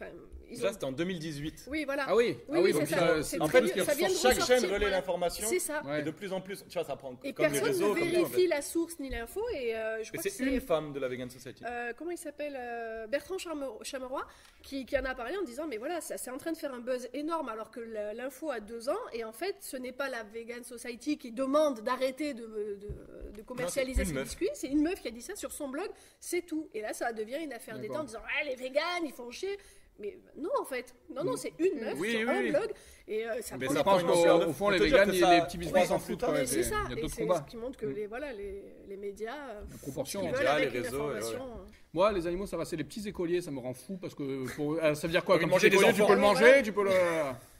S3: Enfin, ils
S2: Ça,
S3: ont-
S2: c'était en 2018.
S3: Oui, voilà.
S1: Ah oui, ah oui,
S3: c'est
S1: donc
S3: ça.
S1: ça,
S3: C'est
S1: en
S3: très
S1: fait,
S3: vieux, ça vient de
S2: Sur chaque
S3: ressortir,
S2: chaîne relaie
S3: voilà.
S2: l'information.
S3: C'est ça.
S1: Ouais.
S2: Et de plus en plus, tu vois, ça prend
S3: Et
S2: comme les
S3: personne
S2: réseaux, comme
S3: ne
S2: tout. en
S3: vérifie
S2: fait.
S3: la source ni l'info. Et euh, je
S2: Mais
S3: crois que
S2: c'est
S3: c'est.
S2: une femme de la Vegan Society.
S1: Ah,
S3: euh, comment il s'appelle euh, Bertrand Charme- Chameroy, qui, qui en a parlé en disant Mais voilà, ça c'est en train de faire un buzz énorme alors que la- l'info a deux ans. Et en fait, ce n'est pas la Vegan Society qui demande d'arrêter de, de- de commercialiser
S2: Non, c'est une
S3: ces
S2: meuf.
S3: biscuits. C'est une meuf qui a dit ça sur son blog, c'est tout. Et là, ça devient une affaire d'État
S1: D'accord.
S3: en disant Ouais, les véganes, ils font chier. Mais non, en fait. Non,
S2: Mm.
S3: non, c'est une meuf
S1: Oui,
S3: sur
S1: oui,
S3: un
S1: oui.
S3: blog. Et euh, ça
S2: Mais
S3: prend
S1: Je
S2: ça
S3: des
S2: prend
S1: pense
S2: une grosseur de
S1: qu'au au
S2: fou.
S1: fond, les
S2: Faut te dire
S1: véganes,
S2: que
S1: les,
S2: ça-
S1: les petits biscuits
S2: on
S1: s'en
S2: s'en
S1: foutent.
S2: fout,
S1: quoi, c'est-
S3: Mais c'est
S1: Il
S3: ça,
S1: y a
S3: et
S1: d'autres
S3: c'est
S1: combats.
S3: ce qui montre que
S2: Mm.
S3: les, voilà, les, les médias euh,
S1: La
S3: ils
S1: proportion.
S3: veulent
S1: entre-
S2: médias,
S3: avec
S2: les
S3: une
S2: réseaux, et
S3: information, euh,
S1: Moi, les animaux, ça va. C'est les petits écoliers, ça me rend fou parce que pour eux- ah, ça veut dire quoi
S2: Oui,
S1: Comme
S2: manger
S1: manger
S2: des
S1: écolier, tu
S2: enfants.
S1: peux le
S3: Ah,
S1: manger,
S3: voilà.
S1: tu peux le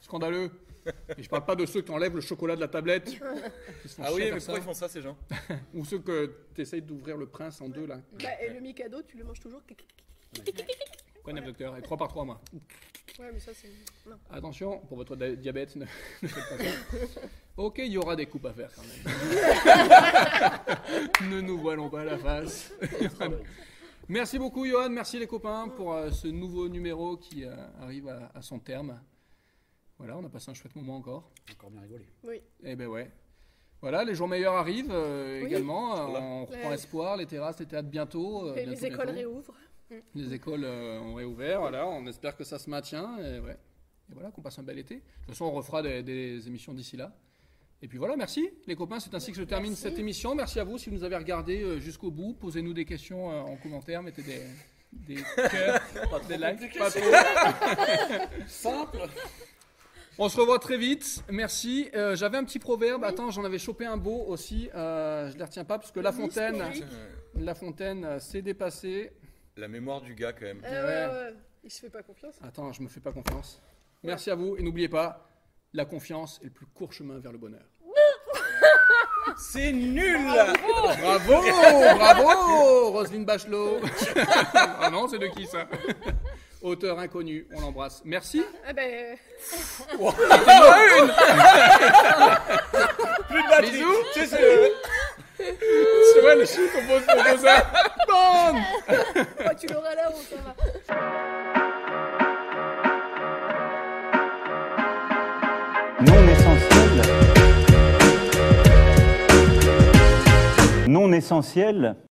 S1: scandaleux. Et je parle pas de ceux qui enlèvent le chocolat de la
S3: (laughs)
S1: tablette. qui se font
S2: Ah oui,
S1: chier à
S2: mais
S1: faire
S2: pourquoi
S1: ça.
S2: ils font ça, ces gens
S1: Ou ceux que t'essayes d'ouvrir le prince en deux là.
S3: bah, et le Mikado, tu le manges toujours. Ouais,
S1: Quoi, neuf docteur Et 3 par 3 moi.
S3: mais ça, c'est. Non.
S1: Attention, pour votre da- diabète, ne, (laughs) ne faites pas ça. (laughs) Ok, il y aura des coupes à faire quand (laughs) même. ne nous voilons pas la face. (laughs) merci beaucoup, Johan. Merci les copains pour euh, ce nouveau numéro qui euh, arrive à, à son terme. Voilà, on a passé un chouette moment encore.
S6: Encore bien rigolé.
S3: Oui.
S1: Eh ben ouais. Voilà, les jours meilleurs arrivent euh,
S3: Oui.
S1: également. Euh,
S2: Voilà.
S1: On reprend
S3: Ouais.
S1: espoir, les terrasses, les théâtres bientôt. euh,
S3: Et
S1: bientôt,
S3: les écoles
S1: bientôt.
S3: réouvrent.
S1: Les écoles euh, ont réouvert, voilà, on espère que ça se maintient, et, ouais. Et voilà, qu'on passe un bel été. De toute façon, on refera des, des émissions d'ici là. Et puis voilà, merci les copains, c'est ainsi que se termine
S5: Merci.
S1: cette émission. Merci à vous si vous nous avez regardé euh, jusqu'au bout. Posez-nous des questions euh, en commentaire, mettez des, des cœurs, des likes. pas trop.
S6: Simple
S1: On se revoit très vite, merci. Euh, J'avais un petit proverbe, attends, j'en avais chopé un beau aussi, euh, je ne les retiens pas parce que La Fontaine,
S3: historique.
S1: La Fontaine euh, s'est dépassée.
S2: La mémoire du gars, quand même.
S3: Euh, ouais, ouais, ouais. Il se fait pas confiance.
S1: Attends, je me fais pas confiance. Merci à vous et n'oubliez pas, la confiance est le plus court chemin vers le bonheur.
S2: C'est nul
S1: (laughs) Bravo, bravo, Roselyne Bachelot. (laughs) ah non, c'est de qui ça Auteur inconnu, on l'embrasse. Merci.
S3: Ah ben.
S2: Plus de batterie
S1: Bisous.
S2: Tu sais, c'est le-
S1: C'est vrai, le chien qu'on pose pour ça. Bande
S3: Oh, tu l'auras là-haut, ça va.
S4: Non essentiel. Non essentiel.